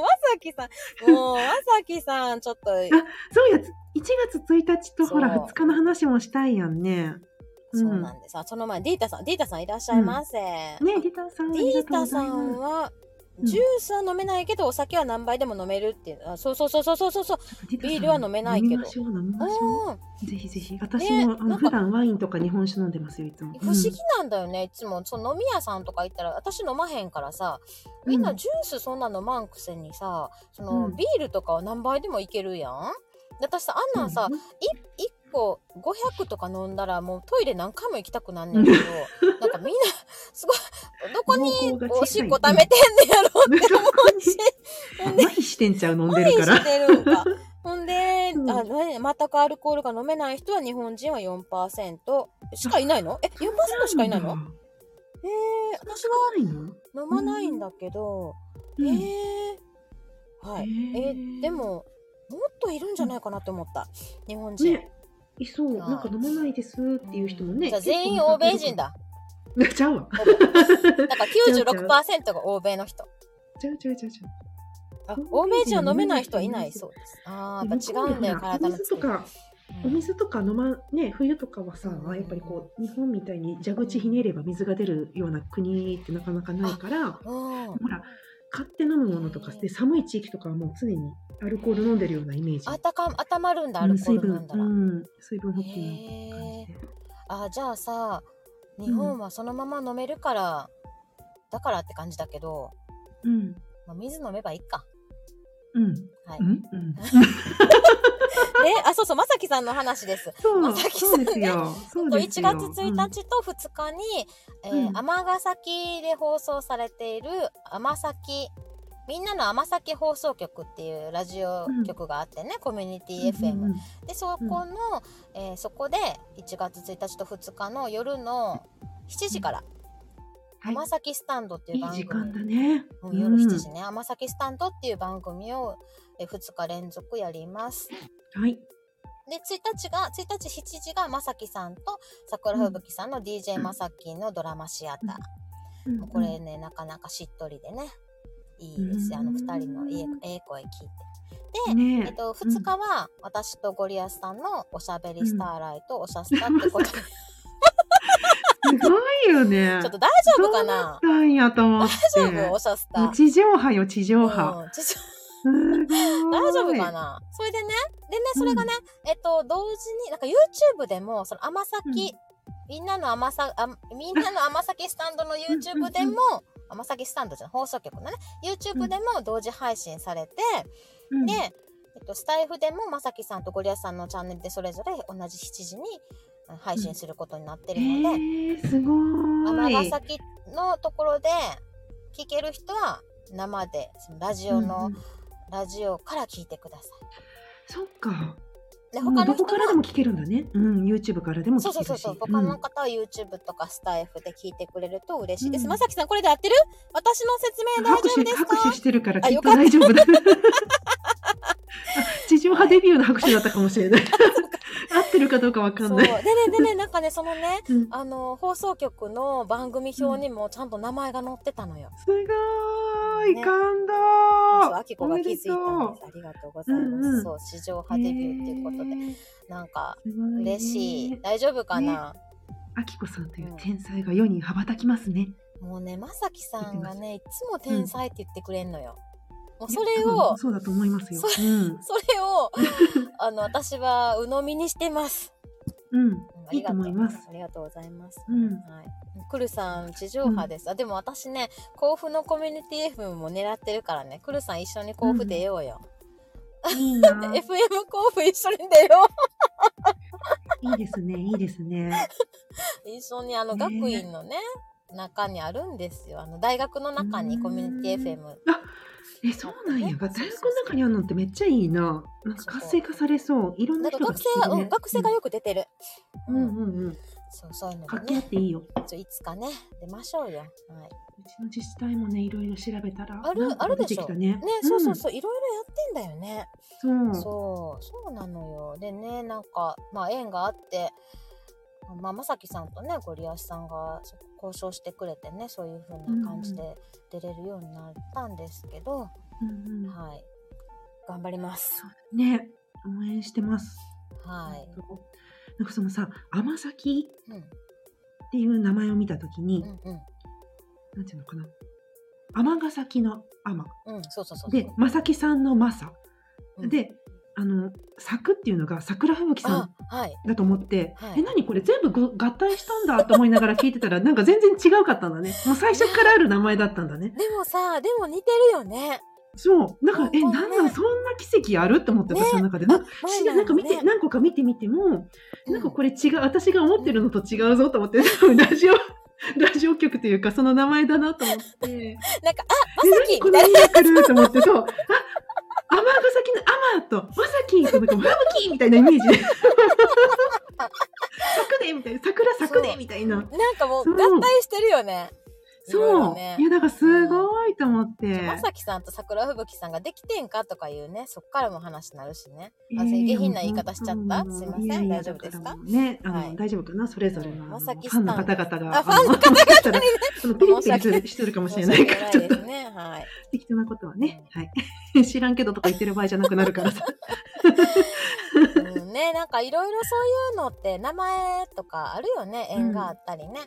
[SPEAKER 1] まさきさんもうまさきさんちょっと
[SPEAKER 2] そうや1月1日とほら
[SPEAKER 1] そう
[SPEAKER 2] 2日の話もしたいやんねうん
[SPEAKER 1] そうなんですあその前ディータさんディータさんいらっしゃいませ、
[SPEAKER 2] ねえ、リタさん、あ
[SPEAKER 1] デ
[SPEAKER 2] り
[SPEAKER 1] ィー
[SPEAKER 2] がとうご
[SPEAKER 1] タ
[SPEAKER 2] ざ
[SPEAKER 1] さ
[SPEAKER 2] い
[SPEAKER 1] ん
[SPEAKER 2] ま
[SPEAKER 1] は
[SPEAKER 2] うん
[SPEAKER 1] ジュースは飲めないけどお酒は何杯でも飲めるっていうあそうそうそうそうそうそう
[SPEAKER 2] す。リタさん
[SPEAKER 1] ビールは飲めないけど
[SPEAKER 2] 飲みましょう、飲みまし
[SPEAKER 1] う
[SPEAKER 2] ょ
[SPEAKER 1] ん
[SPEAKER 2] う。ぜひぜひ。私
[SPEAKER 1] な
[SPEAKER 2] も、あ
[SPEAKER 1] んか
[SPEAKER 2] の普段ワインとか日本酒飲んでますよ、いつも。
[SPEAKER 1] 不思議なんだよね、いつもその飲み屋さんとか行ったら私飲まへんからさみんなジュースそんな飲まんくせにさその、
[SPEAKER 2] うん
[SPEAKER 1] ビールとかは何杯でもいけるやんで私さあん
[SPEAKER 2] うん
[SPEAKER 1] なんさ、
[SPEAKER 2] うん
[SPEAKER 1] い1個500とか飲んだらもうトイレ何回も行きたくなんねんけどなんかみんなすごいどこに
[SPEAKER 2] 膀胱が小さい
[SPEAKER 1] おしっこ溜めてんねやろって思う しほんで
[SPEAKER 2] 麻痺してんちゃう、飲んで
[SPEAKER 1] 何
[SPEAKER 2] るから
[SPEAKER 1] し。てるん か。ほんで、
[SPEAKER 2] うん
[SPEAKER 1] あ何全くアルコールが飲めない人は日本人は4%しかいないのえ ?4% しかいないのえー、私は
[SPEAKER 2] ないの
[SPEAKER 1] 飲まないんだけど、
[SPEAKER 2] うん
[SPEAKER 1] えー、はい、え
[SPEAKER 2] へ
[SPEAKER 1] ー
[SPEAKER 2] ー
[SPEAKER 1] でももっといるんじゃないかなって思った日本人、
[SPEAKER 2] ねいそう、
[SPEAKER 1] はい
[SPEAKER 2] なんか飲まないですっていう人もね。
[SPEAKER 1] じゃあ全員欧米人だ
[SPEAKER 2] 結構い る。ち ゃうわ。
[SPEAKER 1] だから96%が欧米の人
[SPEAKER 2] ちゃうちゃうちゃうちゃ
[SPEAKER 1] あ
[SPEAKER 2] う。
[SPEAKER 1] 欧
[SPEAKER 2] 欧
[SPEAKER 1] 米
[SPEAKER 2] 米
[SPEAKER 1] 人
[SPEAKER 2] 人
[SPEAKER 1] は飲
[SPEAKER 2] は飲
[SPEAKER 1] め
[SPEAKER 2] め
[SPEAKER 1] な
[SPEAKER 2] ないい
[SPEAKER 1] 人
[SPEAKER 2] 人
[SPEAKER 1] はい
[SPEAKER 2] い
[SPEAKER 1] な
[SPEAKER 2] ないい
[SPEAKER 1] そうですあーやっぱ違うんだよ
[SPEAKER 2] 向こうでほら
[SPEAKER 1] 体の作りう
[SPEAKER 2] お水とか、お
[SPEAKER 1] ん
[SPEAKER 2] 水とか飲ま、ね、冬とかはさ、
[SPEAKER 1] うん
[SPEAKER 2] やっぱりこう、日本みたいに蛇口ひねれば水が出るような国ってなかなかないから、
[SPEAKER 1] うん
[SPEAKER 2] ほら、買って飲むものとかって寒い地域とかはもう常にアルコール飲んでるようなイメージ。
[SPEAKER 1] あたか温まるんだ
[SPEAKER 2] う
[SPEAKER 1] ア
[SPEAKER 2] ん
[SPEAKER 1] ルコール飲んだら、
[SPEAKER 2] 水分、うん、水分補給の感
[SPEAKER 1] へ
[SPEAKER 2] じ
[SPEAKER 1] え
[SPEAKER 2] で。
[SPEAKER 1] あじゃあさ日本はそのまま飲めるから、だからって感じだけど、
[SPEAKER 2] うん、
[SPEAKER 1] まあ、水飲めばいいか
[SPEAKER 2] うん、
[SPEAKER 1] はい、
[SPEAKER 2] うん、うん。
[SPEAKER 1] あ、そうそう、まさきさんの話です。
[SPEAKER 2] そう、
[SPEAKER 1] まさき
[SPEAKER 2] そ
[SPEAKER 1] さ
[SPEAKER 2] うん
[SPEAKER 1] ね
[SPEAKER 2] ですよ。そう
[SPEAKER 1] と
[SPEAKER 2] で
[SPEAKER 1] 1
[SPEAKER 2] す
[SPEAKER 1] 月
[SPEAKER 2] よ。
[SPEAKER 1] 1日と2日に、え
[SPEAKER 2] うん
[SPEAKER 1] ー、尼崎で放送されている尼崎みんなの尼崎放送局っていうラジオ局があってね、コミュニティ FM、
[SPEAKER 2] うん
[SPEAKER 1] でそこの、えーそこで1月1日と2日の夜の7時から
[SPEAKER 2] はい
[SPEAKER 1] 尼崎スタンドっていう
[SPEAKER 2] いい
[SPEAKER 1] 番
[SPEAKER 2] 時
[SPEAKER 1] 組
[SPEAKER 2] 間だね。
[SPEAKER 1] うん夜7時ね尼崎スタンドっていう番組を2日連続やります
[SPEAKER 2] うんはい。
[SPEAKER 1] で、1日が、1日7時がまさきさんと桜吹雪さんの DJ まさきのドラマシアター。
[SPEAKER 2] うん
[SPEAKER 1] これね、なかなかしっとりでね、いいですよ。あの
[SPEAKER 2] うん
[SPEAKER 1] 二人のいいええ声聞いて。で、
[SPEAKER 2] ね
[SPEAKER 1] えっと、2日は私とゴリアスさんのおしゃべりスターライト、おしゃスタってことで、ち
[SPEAKER 2] すごいよね。
[SPEAKER 1] ょっと大丈夫かな
[SPEAKER 2] どうなったんやと思って。
[SPEAKER 1] 大丈夫おしゃスター。
[SPEAKER 2] 地上波よ、地上波。
[SPEAKER 1] うんちょちょ
[SPEAKER 2] すごい
[SPEAKER 1] 大丈夫かなそれでね、でね、それがね、えっと、同時に、なんか YouTube でも、その甘崎、みんなの甘さ、あみんなの甘崎スタンドの YouTube でも、甘崎スタンドじゃない、放送局のね、YouTube でも同時配信されて、
[SPEAKER 2] うん
[SPEAKER 1] で、えっと、スタイフでもまさきさんとゴリアスさんのチャンネルでそれぞれ同じ7時にうん配信することになって
[SPEAKER 2] え
[SPEAKER 1] るので、
[SPEAKER 2] ー、すごい。
[SPEAKER 1] 尼崎のところで聞ける人は生で、そのラジオの、
[SPEAKER 2] うんうん
[SPEAKER 1] ラジオから聞いてください。
[SPEAKER 2] そっか。
[SPEAKER 1] で、
[SPEAKER 2] うん
[SPEAKER 1] 他の
[SPEAKER 2] どこ
[SPEAKER 1] 人
[SPEAKER 2] からでも聞けるんだね。うん、YouTube からでも聞け
[SPEAKER 1] そう
[SPEAKER 2] るし。
[SPEAKER 1] そうそうそう、
[SPEAKER 2] う
[SPEAKER 1] 他
[SPEAKER 2] ん
[SPEAKER 1] の方は YouTube とかスタイフで聞いてくれると嬉しいです。
[SPEAKER 2] うん
[SPEAKER 1] まさきさん、これで合ってる私の説明大丈
[SPEAKER 2] 拍
[SPEAKER 1] 夫で
[SPEAKER 2] 手
[SPEAKER 1] す
[SPEAKER 2] 拍手
[SPEAKER 1] か
[SPEAKER 2] してるから
[SPEAKER 1] あ
[SPEAKER 2] きっ
[SPEAKER 1] よ
[SPEAKER 2] と
[SPEAKER 1] かった
[SPEAKER 2] 大丈 夫だ。あ地上波デビューの拍手だったかもしれない。 合ってるかどうかわか
[SPEAKER 1] そ
[SPEAKER 2] ん
[SPEAKER 1] う。
[SPEAKER 2] な
[SPEAKER 1] で
[SPEAKER 2] い。
[SPEAKER 1] ね、でね、なんかね、そのね、
[SPEAKER 2] うん
[SPEAKER 1] あの、放送局の番組表にもちゃんと名前が載ってたのよ。
[SPEAKER 2] すごーい、
[SPEAKER 1] ね
[SPEAKER 2] 感
[SPEAKER 1] そう
[SPEAKER 2] 動
[SPEAKER 1] あきこが気づいたん
[SPEAKER 2] お
[SPEAKER 1] です。ありがとうございます。
[SPEAKER 2] うんうん
[SPEAKER 1] そう、市場派デ
[SPEAKER 2] めでとう
[SPEAKER 1] ビューっていうことで、
[SPEAKER 2] えー
[SPEAKER 1] なんか、
[SPEAKER 2] すごいね
[SPEAKER 1] 嬉しい。大丈夫かな、
[SPEAKER 2] あきこさんという天才が世に羽ばたきますね。
[SPEAKER 1] もうね、まさきさんがね、いつも
[SPEAKER 2] うん
[SPEAKER 1] 天才って言ってくれんのよ。もうそれを
[SPEAKER 2] 多分、そうだと思いますよ。
[SPEAKER 1] それを、あの、私は鵜呑みにしてます。
[SPEAKER 2] うん。うん。
[SPEAKER 1] うん
[SPEAKER 2] いいと思います。
[SPEAKER 1] ありがとうございます。
[SPEAKER 2] うん
[SPEAKER 1] はい。くるさん、地上波です。あ、でも私ね、甲府のコミュニティ FM も狙ってるからね、くるさん一緒に甲府出ようよ。
[SPEAKER 2] いいな。
[SPEAKER 1] FM 甲府一緒に出よ
[SPEAKER 2] いいで すね。いいですね。
[SPEAKER 1] う。 一緒にあの
[SPEAKER 2] ね
[SPEAKER 1] 学院のね、中にあるんですよ。あの大学の中にコミュニティ FM。
[SPEAKER 2] え、そうなんや。
[SPEAKER 1] ね
[SPEAKER 2] 大学の中にあるのってめっちゃいいな。なんか活性化されそう。いろん
[SPEAKER 1] な
[SPEAKER 2] なん
[SPEAKER 1] か学
[SPEAKER 2] 人が
[SPEAKER 1] 生
[SPEAKER 2] 聞け
[SPEAKER 1] が、
[SPEAKER 2] る
[SPEAKER 1] う
[SPEAKER 2] ね
[SPEAKER 1] ん、学生がよく出てる。
[SPEAKER 2] うんうんうん。
[SPEAKER 1] そう、そういうの
[SPEAKER 2] 活
[SPEAKER 1] で
[SPEAKER 2] 気あ
[SPEAKER 1] ね
[SPEAKER 2] っ、ていいよ。
[SPEAKER 1] ちょいつかね、出ましょうよ。はいう
[SPEAKER 2] ちの自治体もね、いろいろ調べたら、
[SPEAKER 1] ある
[SPEAKER 2] なんか
[SPEAKER 1] あるでしょ
[SPEAKER 2] 出てきたね。
[SPEAKER 1] ね、そうそう
[SPEAKER 2] う
[SPEAKER 1] そう、いろいろやってんだよね。
[SPEAKER 2] ん。そう。
[SPEAKER 1] そう、そうなのよ。でね、なんか、まあ縁があって、まあ、まさきさんとね、ゴリアスさんがそ交渉してくれてね、そういう風な感じで出れるようになったんですけど、
[SPEAKER 2] うんうん
[SPEAKER 1] はい。頑張ります。
[SPEAKER 2] ね、応援してます。
[SPEAKER 1] はい。
[SPEAKER 2] なんかそのさ、甘崎
[SPEAKER 1] うん。
[SPEAKER 2] っていう名前を見たときに、
[SPEAKER 1] うんうん。
[SPEAKER 2] なんていうのかな。天ヶ崎の天。
[SPEAKER 1] うん、そうそうそうそう。
[SPEAKER 2] で、正木さんの正。
[SPEAKER 1] うん、
[SPEAKER 2] で、あの、作っていうのが桜吹雪さん
[SPEAKER 1] あ、はい。
[SPEAKER 2] だと思って、
[SPEAKER 1] はい
[SPEAKER 2] え、何これ全部ぐ合体したんだと思いながら聞いてたら、なんか全然違うかった んだね。もう最初からある名前だったんだね。
[SPEAKER 1] でもさ、でも似てるよね。
[SPEAKER 2] そう。なんか、
[SPEAKER 1] 本当
[SPEAKER 2] え、
[SPEAKER 1] ね
[SPEAKER 2] なんだ、そんな奇跡あるって思って、
[SPEAKER 1] ね
[SPEAKER 2] 私の中で。なんか、
[SPEAKER 1] 前
[SPEAKER 2] 知らなんか見て、
[SPEAKER 1] ね
[SPEAKER 2] 何個か見てみても、
[SPEAKER 1] う
[SPEAKER 2] なんかこれ違う、私が思ってるのと違うぞと思って、 ラジオ、ラジオ局というか、その名前だなと思って。
[SPEAKER 1] なんか、あ、
[SPEAKER 2] え
[SPEAKER 1] まさき
[SPEAKER 2] 何こ
[SPEAKER 1] みた
[SPEAKER 2] の
[SPEAKER 1] い
[SPEAKER 2] ミラクルと思ってそう。あ、天ヶ崎の天と、まさきと、なんか、まぶきみたいなイメージで。 咲くでみたいな、桜咲く
[SPEAKER 1] そ
[SPEAKER 2] で
[SPEAKER 1] う
[SPEAKER 2] みたいな。
[SPEAKER 1] な。なんかもう
[SPEAKER 2] そう
[SPEAKER 1] 合体してるよね。いろい
[SPEAKER 2] そ
[SPEAKER 1] ろ
[SPEAKER 2] う。い
[SPEAKER 1] ね
[SPEAKER 2] や、なんかすごいと思って。
[SPEAKER 1] まさきさんと桜吹雪さんができてんかとかいうね、そっからも話になるしね。
[SPEAKER 2] え
[SPEAKER 1] あ
[SPEAKER 2] ー
[SPEAKER 1] 下品な言い方しちゃった
[SPEAKER 2] うん
[SPEAKER 1] すいません
[SPEAKER 2] やや
[SPEAKER 1] 大丈夫ですか
[SPEAKER 2] だらもうね、あの、
[SPEAKER 1] はい
[SPEAKER 2] 大丈夫かなそれぞれの、
[SPEAKER 1] うん
[SPEAKER 2] あの
[SPEAKER 1] ま
[SPEAKER 2] フ
[SPEAKER 1] さき
[SPEAKER 2] ァンの方々が。
[SPEAKER 1] あファンの
[SPEAKER 2] 方々に、あのピリピリするしてるかもしれないから、ちょっ
[SPEAKER 1] 申
[SPEAKER 2] と
[SPEAKER 1] し訳ないですね。はい。
[SPEAKER 2] 適当なことはね、はい。 知らんけどとか言ってる場合じゃなくなる からさ。
[SPEAKER 1] うん、ね、なんかいろいろそういうのって名前とかあるよね。縁があったりね。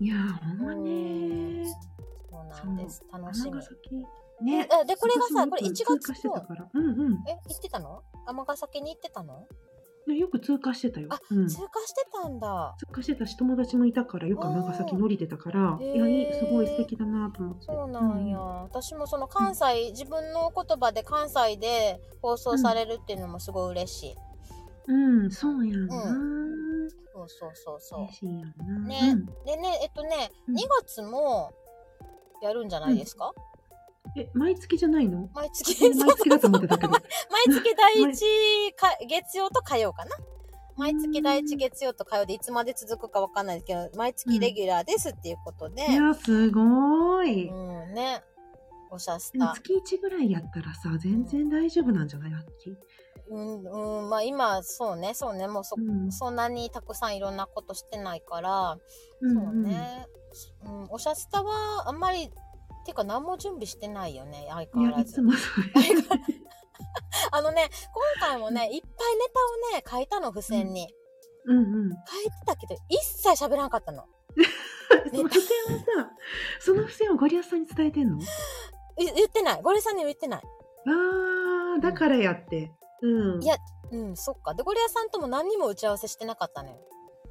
[SPEAKER 2] いやー、ほんま
[SPEAKER 1] うん
[SPEAKER 2] ね。
[SPEAKER 1] そうなんです。楽し
[SPEAKER 2] 尼
[SPEAKER 1] み。
[SPEAKER 2] 崎。
[SPEAKER 1] え
[SPEAKER 2] ね。
[SPEAKER 1] で、これがさ、これ1
[SPEAKER 2] 通過し
[SPEAKER 1] 月
[SPEAKER 2] てた
[SPEAKER 1] の、
[SPEAKER 2] から。うんうん
[SPEAKER 1] え、行ってたの尼崎に行ってたの、
[SPEAKER 2] で。よく通過してたよ
[SPEAKER 1] あ。
[SPEAKER 2] うん
[SPEAKER 1] 通過してたんだ。
[SPEAKER 2] 通過してたし、友達もいたから、よく尼崎乗りてたから、
[SPEAKER 1] へー
[SPEAKER 2] いや、いいすごい素敵だなと思って。
[SPEAKER 1] そうなんや。私もその関西、自分の言葉で関西で放送されるっていうのもすごい嬉しい。
[SPEAKER 2] うん、そうやんな。
[SPEAKER 1] そうそうそうそう
[SPEAKER 2] 嬉。しいやんな。
[SPEAKER 1] ね
[SPEAKER 2] うん
[SPEAKER 1] でね、えっとね、
[SPEAKER 2] うん
[SPEAKER 1] 2月もやるんじゃないですか、
[SPEAKER 2] え、毎月じゃないの
[SPEAKER 1] 毎月、 そう
[SPEAKER 2] 毎
[SPEAKER 1] そう
[SPEAKER 2] 月だと思って たけど。
[SPEAKER 1] 毎月第1か月曜と火曜かな毎月第1月曜と火曜でいつまで続くかわかんないですけど、毎月レギュラーですっていうことで、
[SPEAKER 2] いや、すごーい。
[SPEAKER 1] うんね、おしゃス
[SPEAKER 2] でも
[SPEAKER 1] タ。
[SPEAKER 2] 月1ぐらいやったらさ、全然大丈夫なんじゃないラッキー。
[SPEAKER 1] うん、うん、まあ今、そうね、そうね、もうそ、
[SPEAKER 2] うん
[SPEAKER 1] そんなにたくさんいろんなことしてないから、
[SPEAKER 2] うん
[SPEAKER 1] そうね、うん、おしゃスタはあんまり、てか何も準備してないよね、相
[SPEAKER 2] うん。い
[SPEAKER 1] 変わ
[SPEAKER 2] や、
[SPEAKER 1] ら
[SPEAKER 2] い
[SPEAKER 1] ず
[SPEAKER 2] つ。もそれ。
[SPEAKER 1] あのね、今回もね、いっぱいネタをね、書いたの、付箋に。
[SPEAKER 2] うんうん。
[SPEAKER 1] 書いてたけど、一切喋らんかったの。
[SPEAKER 2] その付箋はさ、その付箋をゴリアスさんに伝えてんの
[SPEAKER 1] い言ってない。ゴリさんにも言ってない。
[SPEAKER 2] あー、だからやって。うん。
[SPEAKER 1] いやうん、そっか。で、ゴリアさんとも何にも打ち合わせしてなかったのよ。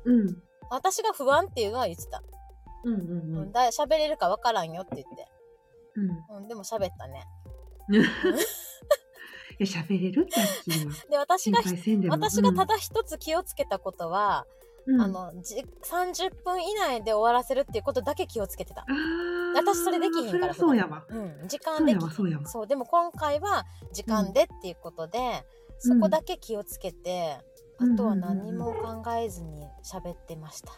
[SPEAKER 2] うん。
[SPEAKER 1] 私が不安っていうのは言ってた。
[SPEAKER 2] うんうんうん。
[SPEAKER 1] だ喋れるかわからんよって言って。
[SPEAKER 2] うん、い
[SPEAKER 1] うん、でも喋ったね。
[SPEAKER 2] や、喋れるってラッ キーは。
[SPEAKER 1] で、私が、
[SPEAKER 2] 心配せんでも。
[SPEAKER 1] 私がただ一つ気をつけたことは、
[SPEAKER 2] うん、
[SPEAKER 1] あの、じ30分以内で終わらせるっていうことだけ気をつけてた。
[SPEAKER 2] あー
[SPEAKER 1] 私それできひんから
[SPEAKER 2] そりゃそうやわ。
[SPEAKER 1] うん、時間でき
[SPEAKER 2] そうやわそうやわ
[SPEAKER 1] そうでも今回は時間でっていうことで、そこだけ気をつけて、
[SPEAKER 2] うん
[SPEAKER 1] あとは何も考えずに喋ってました、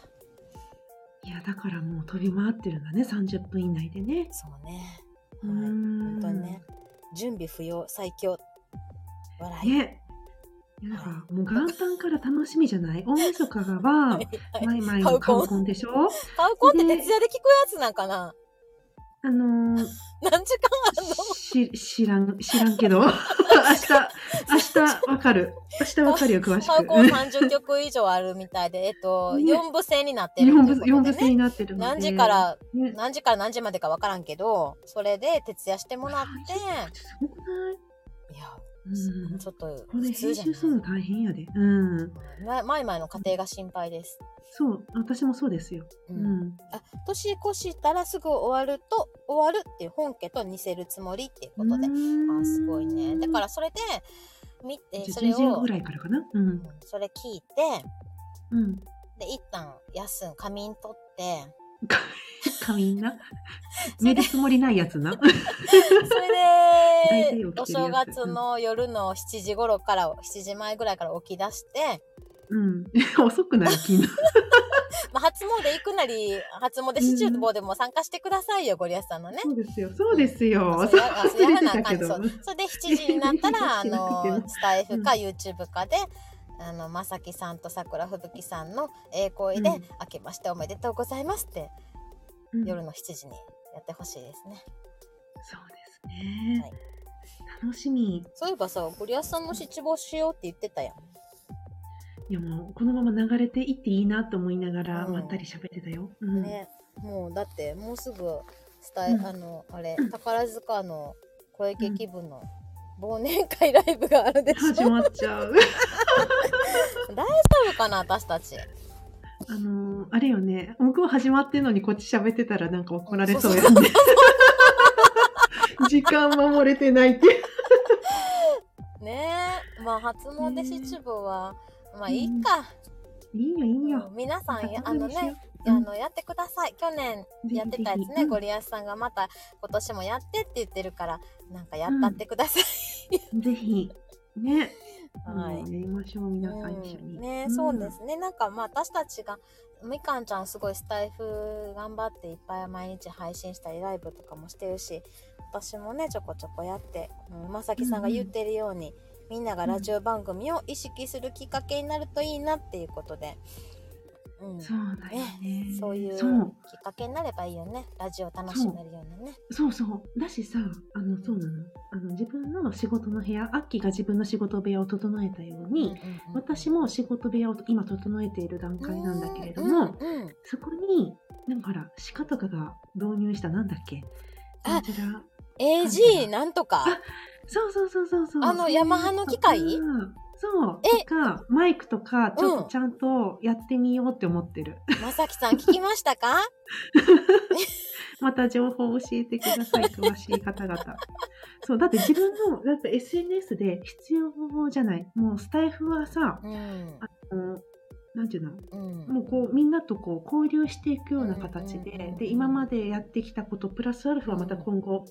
[SPEAKER 2] いや、だからもう飛び回ってるんだね、30分以内でね。
[SPEAKER 1] そうね
[SPEAKER 2] うー
[SPEAKER 1] はい
[SPEAKER 2] ん
[SPEAKER 1] 本当にね準備不要最強笑い、
[SPEAKER 2] ね。いやだからもう元旦から楽しみじゃ ない大晦日がは
[SPEAKER 1] は、いはい
[SPEAKER 2] マイマイ
[SPEAKER 1] カ
[SPEAKER 2] の
[SPEAKER 1] ウ
[SPEAKER 2] カ
[SPEAKER 1] コン
[SPEAKER 2] ウコンでしょ
[SPEAKER 1] 買うコンって
[SPEAKER 2] で
[SPEAKER 1] 徹夜で聞くやつなんかな
[SPEAKER 2] あのー、
[SPEAKER 1] 何時間あんの
[SPEAKER 2] し知らん、知らんけ ど、明日、明日わかる。明日わかるよ、詳し
[SPEAKER 1] カウコン
[SPEAKER 2] く。
[SPEAKER 1] 30曲以上あるみたいで、えっと、
[SPEAKER 2] ね
[SPEAKER 1] 4部制になってる
[SPEAKER 2] 日
[SPEAKER 1] というこ
[SPEAKER 2] 本部、
[SPEAKER 1] と
[SPEAKER 2] 四部
[SPEAKER 1] で
[SPEAKER 2] 制
[SPEAKER 1] ね。
[SPEAKER 2] になってるので。
[SPEAKER 1] 何時から、
[SPEAKER 2] ね、
[SPEAKER 1] 何時から何時までかわからんけど、それで徹夜してもらって、
[SPEAKER 2] すごくない
[SPEAKER 1] いや、
[SPEAKER 2] うん。
[SPEAKER 1] ちょっと
[SPEAKER 2] これ
[SPEAKER 1] 普通
[SPEAKER 2] 編
[SPEAKER 1] じゃ
[SPEAKER 2] 集する
[SPEAKER 1] な
[SPEAKER 2] の大変やで。うん。
[SPEAKER 1] い。ま前々の家庭が心配です。
[SPEAKER 2] そう、私もそうですよ。
[SPEAKER 1] う
[SPEAKER 2] うんん。
[SPEAKER 1] あ年越したらすぐ終わると終わるっていう本家と似せるつもりっていうことで、あすごいね。だからそれで見て
[SPEAKER 2] じゃ
[SPEAKER 1] そ
[SPEAKER 2] あ
[SPEAKER 1] れ
[SPEAKER 2] 10時
[SPEAKER 1] を
[SPEAKER 2] ぐらいからかな。う
[SPEAKER 1] うん
[SPEAKER 2] ん。
[SPEAKER 1] それ聞いて
[SPEAKER 2] うん。
[SPEAKER 1] で一旦休ん仮眠取 って
[SPEAKER 2] 仮眠な。
[SPEAKER 1] それ
[SPEAKER 2] 寝
[SPEAKER 1] で
[SPEAKER 2] るつもりないや つな。
[SPEAKER 1] それ
[SPEAKER 2] 大体起きてるや
[SPEAKER 1] でお
[SPEAKER 2] つ
[SPEAKER 1] 正月の夜の7時頃から7時前ぐらいから起き出して、
[SPEAKER 2] うん。 遅くなる気 になる。
[SPEAKER 1] まあ、初詣行くなり初�詣シチューボーでも参加してくださいよ、ゴリアスさんのね。
[SPEAKER 2] そうですよ。そうです
[SPEAKER 1] あそ
[SPEAKER 2] よ。そう
[SPEAKER 1] うやあそうやらなあかん
[SPEAKER 2] 忘れて
[SPEAKER 1] そ
[SPEAKER 2] た
[SPEAKER 1] う
[SPEAKER 2] けど
[SPEAKER 1] それで7時になった らあ
[SPEAKER 2] 知らなくて
[SPEAKER 1] の
[SPEAKER 2] も
[SPEAKER 1] スタイフか YouTube かで、あのまさきさんとさくらふぶきさんのえー声で、
[SPEAKER 2] うん
[SPEAKER 1] 明けましておめでとうございますって、
[SPEAKER 2] うん
[SPEAKER 1] 夜の7時にやってほしいですね
[SPEAKER 2] そうですね。
[SPEAKER 1] はい
[SPEAKER 2] 楽しみ。
[SPEAKER 1] そういえばさゴリアスさんの失望しようって言ってたやん
[SPEAKER 2] いやもうこのまま流れていっていいなと思いながら、
[SPEAKER 1] うん
[SPEAKER 2] まったり喋ってたよ。うん。
[SPEAKER 1] ね、もうだってもうすぐスタイ、
[SPEAKER 2] うん
[SPEAKER 1] あのあれ
[SPEAKER 2] うん
[SPEAKER 1] 宝塚の小池気分の忘年会ライブがあるでしょ
[SPEAKER 2] 始まっ ちゃう。
[SPEAKER 1] 大丈夫かな私たち
[SPEAKER 2] あのーあれよね。向こう始まってんのにこっち喋ってたらなんか怒られそうやね。 時間守れてないって。
[SPEAKER 1] ねえまあ初詣七部は、まあいいか、
[SPEAKER 2] いいよいいよ。
[SPEAKER 1] 皆さんやあ
[SPEAKER 2] 楽
[SPEAKER 1] の
[SPEAKER 2] しみにしよ
[SPEAKER 1] ね、
[SPEAKER 2] う
[SPEAKER 1] あのやってください去年
[SPEAKER 2] うん
[SPEAKER 1] やってたやつ
[SPEAKER 2] ぜひぜ
[SPEAKER 1] ね
[SPEAKER 2] ひ
[SPEAKER 1] ゴリアスさんがまた今年もやってって言ってるからなんかやったってください、
[SPEAKER 2] ぜひ。ね。
[SPEAKER 1] は
[SPEAKER 2] も
[SPEAKER 1] いう
[SPEAKER 2] やりましょう、皆さん
[SPEAKER 1] うん
[SPEAKER 2] 一緒に。
[SPEAKER 1] ね、
[SPEAKER 2] ん
[SPEAKER 1] そうで。すねなんかまあ私たちがみかんちゃんすごいスタイフ頑張っていっぱい毎日配信したりライブとかもしてるし私もねちょこちょこやって、うん、まさきさんが言ってるように、みんながラジオ番組を意識するきっかけになるといいなっていうことで、うん、
[SPEAKER 2] そうだよね。
[SPEAKER 1] そういうき
[SPEAKER 2] そ
[SPEAKER 1] っ
[SPEAKER 2] う
[SPEAKER 1] かけになればいいよねラジオ楽しめるようなね
[SPEAKER 2] そうそうだしさあのそうなのあの自分の仕事の部屋アッキーが自分の仕事部屋を整えたように、私も仕事部屋を今整えている段階なんだけれども、
[SPEAKER 1] うんうんうん
[SPEAKER 2] そこになんかほら鹿とかが導入したなんだっけ
[SPEAKER 1] あ
[SPEAKER 2] こちら
[SPEAKER 1] AG なんとか
[SPEAKER 2] そうそうそうそうそう
[SPEAKER 1] あのヤマハの機械
[SPEAKER 2] うんそう
[SPEAKER 1] え
[SPEAKER 2] とかマイクとかちょっとちゃんとやってみようって思ってる、
[SPEAKER 1] まさきさん聞きましたか
[SPEAKER 2] また情報を教えてく ださい詳しい方々そうだって自分のだって SNS で必要じゃないもうスタイフはさ
[SPEAKER 1] うん。
[SPEAKER 2] もうなんていうの
[SPEAKER 1] うん。
[SPEAKER 2] もうこうみんなとこう交流していくような形で,、
[SPEAKER 1] うんうんうんうん
[SPEAKER 2] で今までやってきたことプラスアルファまた今後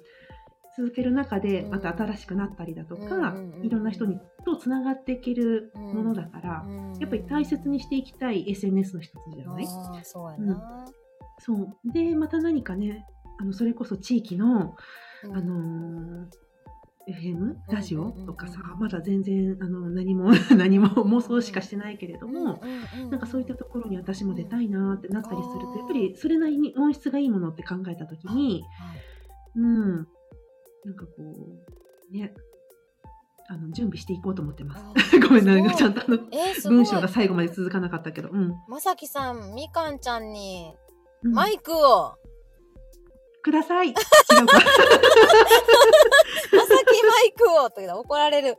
[SPEAKER 2] 続ける中で
[SPEAKER 1] うん
[SPEAKER 2] また新しくなったりだとか、
[SPEAKER 1] うんうんうん
[SPEAKER 2] いろんな人にとつながっていけるものだから、やっぱり大切にしていきたい SNS の一つじゃない、
[SPEAKER 1] ああ、そうやな。
[SPEAKER 2] そうでまた何かねあのそれこそ地域の、
[SPEAKER 1] うん
[SPEAKER 2] あのー FM ラジオとかさ、
[SPEAKER 1] うんうんうん
[SPEAKER 2] まだ全然あの何も 何も妄想しかしてないけれども、なんかそういったところに私も出たいなーってなったりする
[SPEAKER 1] あ
[SPEAKER 2] と
[SPEAKER 1] ー
[SPEAKER 2] やっぱりそれなりに音質がいいものって考えた時にうんなんかこうねあの準備していこうと思ってます
[SPEAKER 1] あ。
[SPEAKER 2] ごめんなんか
[SPEAKER 1] そう
[SPEAKER 2] ちゃんとあの
[SPEAKER 1] えー、すご
[SPEAKER 2] 文
[SPEAKER 1] い。
[SPEAKER 2] 章が最後まで続かなかったけど、うん
[SPEAKER 1] まさきさん、みかんちゃんに、
[SPEAKER 2] うん
[SPEAKER 1] マイクを、
[SPEAKER 2] く ださい違うか
[SPEAKER 1] まさきマイクをって言ったら怒られる。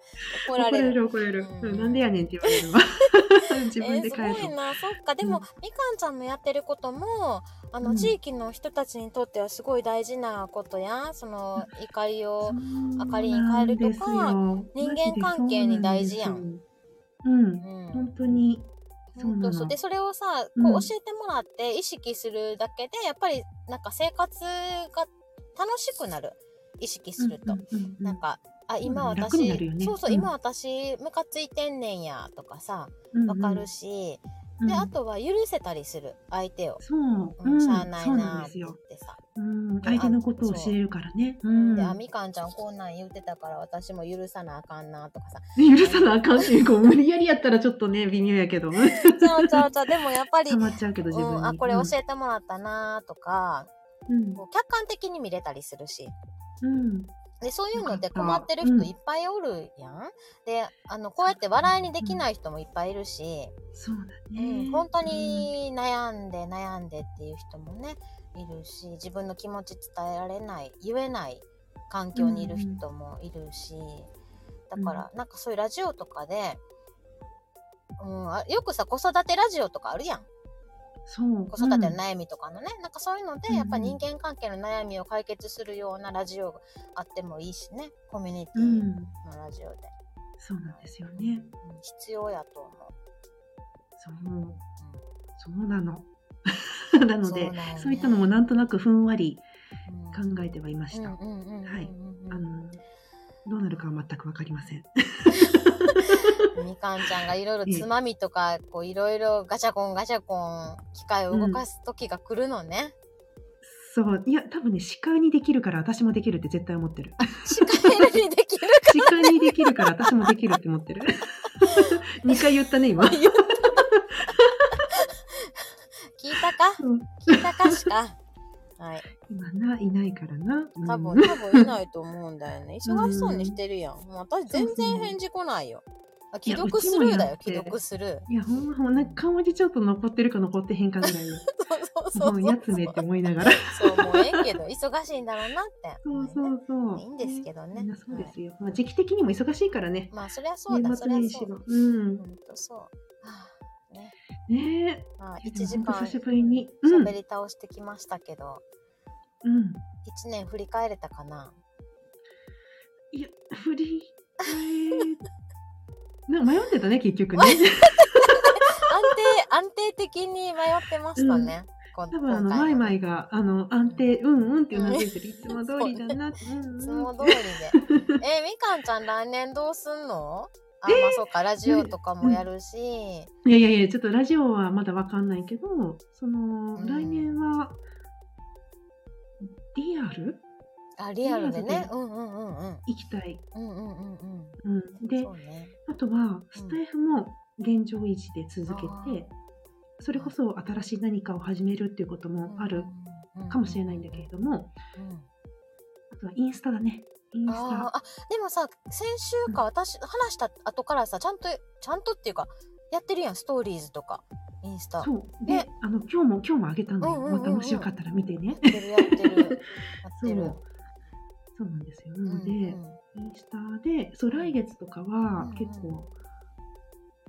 [SPEAKER 1] 怒ら
[SPEAKER 2] 怒ら
[SPEAKER 1] れ
[SPEAKER 2] れ
[SPEAKER 1] る。
[SPEAKER 2] る怒られる、
[SPEAKER 1] う
[SPEAKER 2] うんん、なんでやねんって言われるわ 自分で変え
[SPEAKER 1] えー、すごい
[SPEAKER 2] る、
[SPEAKER 1] な。そっか。でも、
[SPEAKER 2] うん
[SPEAKER 1] みかんちゃんのやってることも、あの、
[SPEAKER 2] うん
[SPEAKER 1] 地域の人たちにとってはすごい大事なことや、その、怒りを、明かりに変えるとか
[SPEAKER 2] そうなんですよ
[SPEAKER 1] 人間関係に大事やん
[SPEAKER 2] マジでそうなんですよ
[SPEAKER 1] うん
[SPEAKER 2] うん本当にそう
[SPEAKER 1] 本
[SPEAKER 2] な
[SPEAKER 1] 当
[SPEAKER 2] の
[SPEAKER 1] そうでそれをさ
[SPEAKER 2] う
[SPEAKER 1] こうん教えてもらって意識するだけで、やっぱりなんか生活が楽しくなる意識すると、
[SPEAKER 2] うんうんうん
[SPEAKER 1] なんかあ今
[SPEAKER 2] そうだね
[SPEAKER 1] 私
[SPEAKER 2] 楽になるよね
[SPEAKER 1] そうそう、
[SPEAKER 2] うん
[SPEAKER 1] 今私ムカついてんねんやとかさわかるし、
[SPEAKER 2] うんうん
[SPEAKER 1] であとは許せたりする相手を、
[SPEAKER 2] そう、
[SPEAKER 1] うんしゃあない
[SPEAKER 2] そうなん
[SPEAKER 1] なー
[SPEAKER 2] で
[SPEAKER 1] っ
[SPEAKER 2] す
[SPEAKER 1] て言っ
[SPEAKER 2] よ。
[SPEAKER 1] てさ、
[SPEAKER 2] うん、相手のことを知れるからね。う
[SPEAKER 1] であ
[SPEAKER 2] ん、
[SPEAKER 1] みかんちゃんこんなん言ってたから私も許さなあかんなとかさ
[SPEAKER 2] 許さなあかんっていう、こう無理やりやったらちょっとね、微妙 やけど。
[SPEAKER 1] ち
[SPEAKER 2] 溜
[SPEAKER 1] ゃうちゃうちゃうでもやっぱ り、
[SPEAKER 2] まっちゃうけど、自分
[SPEAKER 1] う
[SPEAKER 2] に。
[SPEAKER 1] ん、あこれ教えてもらったなーとか、
[SPEAKER 2] うん
[SPEAKER 1] こう客観的に見れたりするし。
[SPEAKER 2] うん、
[SPEAKER 1] でそういうので
[SPEAKER 2] よかった
[SPEAKER 1] 困ってる
[SPEAKER 2] う
[SPEAKER 1] 人
[SPEAKER 2] ん
[SPEAKER 1] いっぱいおるやん。であのこうやって笑いにできない人もいっぱいいるし、
[SPEAKER 2] そうだ
[SPEAKER 1] う
[SPEAKER 2] ね。
[SPEAKER 1] ん、本当に悩んで悩んでっていう人もねいるし自分の気持ち伝えられない言えない環境にいる人もいるし、だからなんかそういうラジオとかで、うん、あよくさ子育てラジオとかあるやん。
[SPEAKER 2] うん。そう。
[SPEAKER 1] 子育ての
[SPEAKER 2] うん
[SPEAKER 1] 悩みとかのね、なんかそういうの
[SPEAKER 2] うん
[SPEAKER 1] で
[SPEAKER 2] うん
[SPEAKER 1] やっぱ人間関係の悩みを解決するようなラジオがあってもいいしねコミュニテ
[SPEAKER 2] う
[SPEAKER 1] ィ
[SPEAKER 2] ん、
[SPEAKER 1] のラジオで、
[SPEAKER 2] そうなんですよね。
[SPEAKER 1] うん必要やと思
[SPEAKER 2] そう。そうなの。 な
[SPEAKER 1] う
[SPEAKER 2] ので
[SPEAKER 1] う、なんよね
[SPEAKER 2] そういったのもなんとなくふんわり
[SPEAKER 1] うん
[SPEAKER 2] 考えてはいました。
[SPEAKER 1] うんうんうんうんうん
[SPEAKER 2] はいあの、どうなるかは全くわかりません。
[SPEAKER 1] みかんちゃんがいろいろつまみとかこういろいろガチャコンガチャコン機械を動かす時が来るの ね、
[SPEAKER 2] そう。いや、多分ね、視界にできるから私もできるって絶対思ってる。
[SPEAKER 1] 視界にできる
[SPEAKER 2] 時間にできるから私もできるって思ってる。2回言ったね、今。
[SPEAKER 1] か言った聞いたか
[SPEAKER 2] うん
[SPEAKER 1] 聞いたかしかはい
[SPEAKER 2] 今な、いないからな。うん
[SPEAKER 1] 多分多分いないと思うんだよね。忙しそうにしてるやん。もう私全然返事来ないよ。あ既読スルーだよ、
[SPEAKER 2] い
[SPEAKER 1] 既
[SPEAKER 2] やうちもや
[SPEAKER 1] 読
[SPEAKER 2] って
[SPEAKER 1] スルー。
[SPEAKER 2] いや、ほんま、ほんま、なんか顔文字ちょっと残ってるか残ってへんかぐらいよ。
[SPEAKER 1] そうそうそう
[SPEAKER 2] も
[SPEAKER 1] そうう。
[SPEAKER 2] やつめって思いながら。
[SPEAKER 1] そう、もうええけど、忙しいんだろうなって。
[SPEAKER 2] そうそうそう。
[SPEAKER 1] いいんですけどね
[SPEAKER 2] みんなそうですよ。まあ、時期的にも忙しいからね。
[SPEAKER 1] まあ、そりゃそうだ、
[SPEAKER 2] 年
[SPEAKER 1] そ
[SPEAKER 2] 末
[SPEAKER 1] りゃ
[SPEAKER 2] 年
[SPEAKER 1] そ
[SPEAKER 2] 始
[SPEAKER 1] うだ
[SPEAKER 2] の。。うん。
[SPEAKER 1] 本当そう。はあね
[SPEAKER 2] ねえ。
[SPEAKER 1] まあ、
[SPEAKER 2] いやで
[SPEAKER 1] 1
[SPEAKER 2] も
[SPEAKER 1] 時
[SPEAKER 2] ほんと
[SPEAKER 1] 間
[SPEAKER 2] 久しぶりに。うん。
[SPEAKER 1] 喋り倒してきましたけど、
[SPEAKER 2] うん。
[SPEAKER 1] 1年振り返れたかない
[SPEAKER 2] や、振り 返。な迷ってたね、結局ね。
[SPEAKER 1] 安定、安定的に迷ってましたね。こ
[SPEAKER 2] 多分あの、
[SPEAKER 1] 今回
[SPEAKER 2] マイマイが、あの、安定、うんうんってうなずいてる。いつも通りだな。
[SPEAKER 1] い
[SPEAKER 2] つ
[SPEAKER 1] つも通りで。え、みかんちゃん来年どうすんのあ、まあそうか、ラジオとかもやるし、
[SPEAKER 2] いやいやいや、ちょっとラジオはまだわかんないけど、その、
[SPEAKER 1] うん
[SPEAKER 2] 来年は、リアル
[SPEAKER 1] あ、リアルで
[SPEAKER 2] リア
[SPEAKER 1] ね
[SPEAKER 2] ル。で
[SPEAKER 1] うんうんうんうん。
[SPEAKER 2] 行きたい。
[SPEAKER 1] うんうんうん
[SPEAKER 2] うん。
[SPEAKER 1] うん。
[SPEAKER 2] で
[SPEAKER 1] そ、うね。
[SPEAKER 2] あとは、スタイフも現状維持で続け
[SPEAKER 1] あ
[SPEAKER 2] て、それこそ新しい何かを始めるっていうこともあるかもしれないんだけれども、
[SPEAKER 1] ど。うん
[SPEAKER 2] あとはインスタだね。インス
[SPEAKER 1] あ
[SPEAKER 2] タ。
[SPEAKER 1] ーあ、でもさ、先週か、私、話した後からさ、ちゃんと、ちゃんとっていうか、やってるやん、ストーリーズとか、インスタ。
[SPEAKER 2] そう。
[SPEAKER 1] え
[SPEAKER 2] で、あの、今日も、今日もあげたの
[SPEAKER 1] うんうん
[SPEAKER 2] よ。
[SPEAKER 1] うんう
[SPEAKER 2] ま
[SPEAKER 1] ん
[SPEAKER 2] たもしよかったら見てね。
[SPEAKER 1] やってる、や ってる。やってる。
[SPEAKER 2] そうなんですよ。
[SPEAKER 1] う
[SPEAKER 2] なので、
[SPEAKER 1] んうん
[SPEAKER 2] インスタで、そう、来月とかは
[SPEAKER 1] うん
[SPEAKER 2] 結構、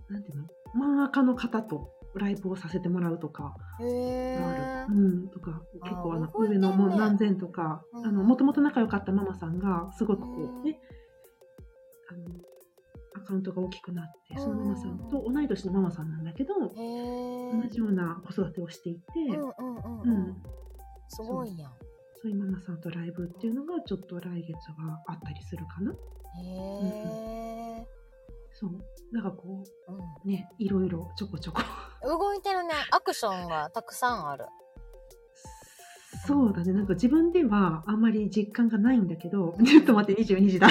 [SPEAKER 2] なんていうの漫画家の方とライブをさせてもらうとか、
[SPEAKER 1] へえ
[SPEAKER 2] あるうん、とか
[SPEAKER 1] あー
[SPEAKER 2] 結構あの
[SPEAKER 1] 動いて
[SPEAKER 2] 上
[SPEAKER 1] んね
[SPEAKER 2] のもう何千とか
[SPEAKER 1] うん
[SPEAKER 2] もともと仲良かったママさんがすごくこ
[SPEAKER 1] うん
[SPEAKER 2] うねあのアカウントが大きくなって
[SPEAKER 1] うん
[SPEAKER 2] そのママさんと同い年のママさんなんだけど
[SPEAKER 1] へえ
[SPEAKER 2] 同じような子育てをしていて、
[SPEAKER 1] うんうんうんう
[SPEAKER 2] うんん
[SPEAKER 1] すごいやん
[SPEAKER 2] そういうママさんとライブっていうのがちょっと来月はあったりするかな
[SPEAKER 1] へえ
[SPEAKER 2] そうなんかこ
[SPEAKER 1] うん
[SPEAKER 2] うねいろいろちょこちょ こ
[SPEAKER 1] 動いてるねアクションがたくさんある
[SPEAKER 2] そうだねなんか自分ではあんまり実感がないんだけど ちょっと待って22時だ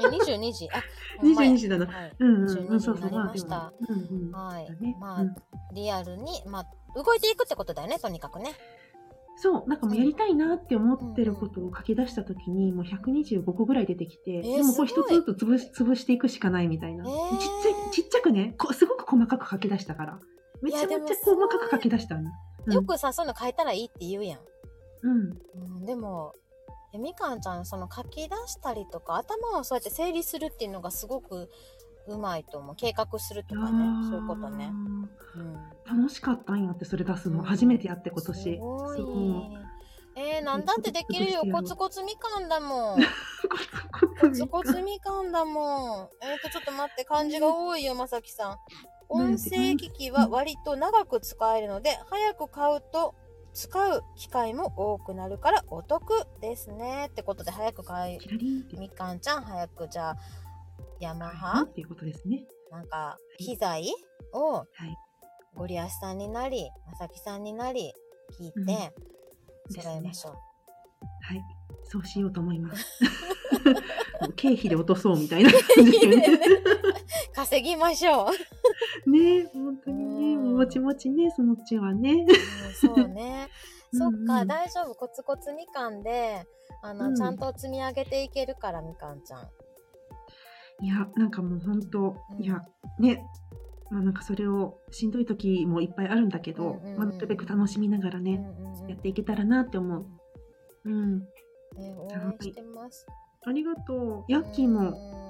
[SPEAKER 1] え22時あほんまや
[SPEAKER 2] 22時だな
[SPEAKER 1] はい
[SPEAKER 2] うんうん、
[SPEAKER 1] 22時になりま
[SPEAKER 2] で
[SPEAKER 1] した
[SPEAKER 2] もうんうん、
[SPEAKER 1] はい
[SPEAKER 2] だね
[SPEAKER 1] まあ
[SPEAKER 2] うん
[SPEAKER 1] リアルにまあ動いていくってことだよねとにかくね
[SPEAKER 2] そうなんかもうやりたいなって思ってることを書き出した時にもう125個ぐらい出てきて、
[SPEAKER 1] ー
[SPEAKER 2] でもこれ
[SPEAKER 1] すご
[SPEAKER 2] 一
[SPEAKER 1] い
[SPEAKER 2] つずつ潰し潰していくしかないみたいな、
[SPEAKER 1] えー
[SPEAKER 2] ちっちゃいちっちゃくねこすごく細かく書き出したからめちゃめちゃ
[SPEAKER 1] でもすごい
[SPEAKER 2] 細かく書き出したの、うん、
[SPEAKER 1] よくさそういうの変えたらいいって言うやん
[SPEAKER 2] うん
[SPEAKER 1] うん、でもえみかんちゃんその書き出したりとか頭をそうやって整理するっていうのがすごくうまいと思う計画するとかねそういうことね、うん、
[SPEAKER 2] あー楽しかったんやってそれ出すの、
[SPEAKER 1] うん
[SPEAKER 2] 初めてやって今年
[SPEAKER 1] すごい
[SPEAKER 2] そう
[SPEAKER 1] えー、なんだってできるよ
[SPEAKER 2] ちょ
[SPEAKER 1] コ
[SPEAKER 2] っとして
[SPEAKER 1] ツ
[SPEAKER 2] や
[SPEAKER 1] コツみかんだ もんコツコツみかんだもんえっ、とちょっと待って漢字が多いよまさきさん音声機器は割と長く使えるので早く買うと使う機会も多くなるからお得ですねってことで早く買い
[SPEAKER 2] キラリンって
[SPEAKER 1] みかんちゃん早くじゃあヤマ
[SPEAKER 2] はい
[SPEAKER 1] ハ
[SPEAKER 2] っていうことですね
[SPEAKER 1] なんか機材を
[SPEAKER 2] はい
[SPEAKER 1] ゴリアスさんになりまさきさんになり聞いて揃えましょう、
[SPEAKER 2] はいそうしようと思いますもう経費で落とそうみたいな感じでね
[SPEAKER 1] 稼ぎましょう
[SPEAKER 2] ね本当にね、
[SPEAKER 1] うん
[SPEAKER 2] もちもちね、そのうちはね。
[SPEAKER 1] うんそうね そっ
[SPEAKER 2] うん
[SPEAKER 1] か
[SPEAKER 2] うん
[SPEAKER 1] 大丈夫コツコツみかんであの、
[SPEAKER 2] うん
[SPEAKER 1] ちゃんと積み上げていけるからみかんちゃん
[SPEAKER 2] いや、なんかもう本当、
[SPEAKER 1] うん
[SPEAKER 2] いや、ね、まあなんかそれをしんどい時もいっぱいあるんだけど、
[SPEAKER 1] うんうんうん
[SPEAKER 2] まあなるべく楽しみながら
[SPEAKER 1] う
[SPEAKER 2] ね、
[SPEAKER 1] んうんうん
[SPEAKER 2] やっていけたらなって思う。うん。
[SPEAKER 1] ね応援してます
[SPEAKER 2] ありがとう。ヤッキーも、
[SPEAKER 1] うん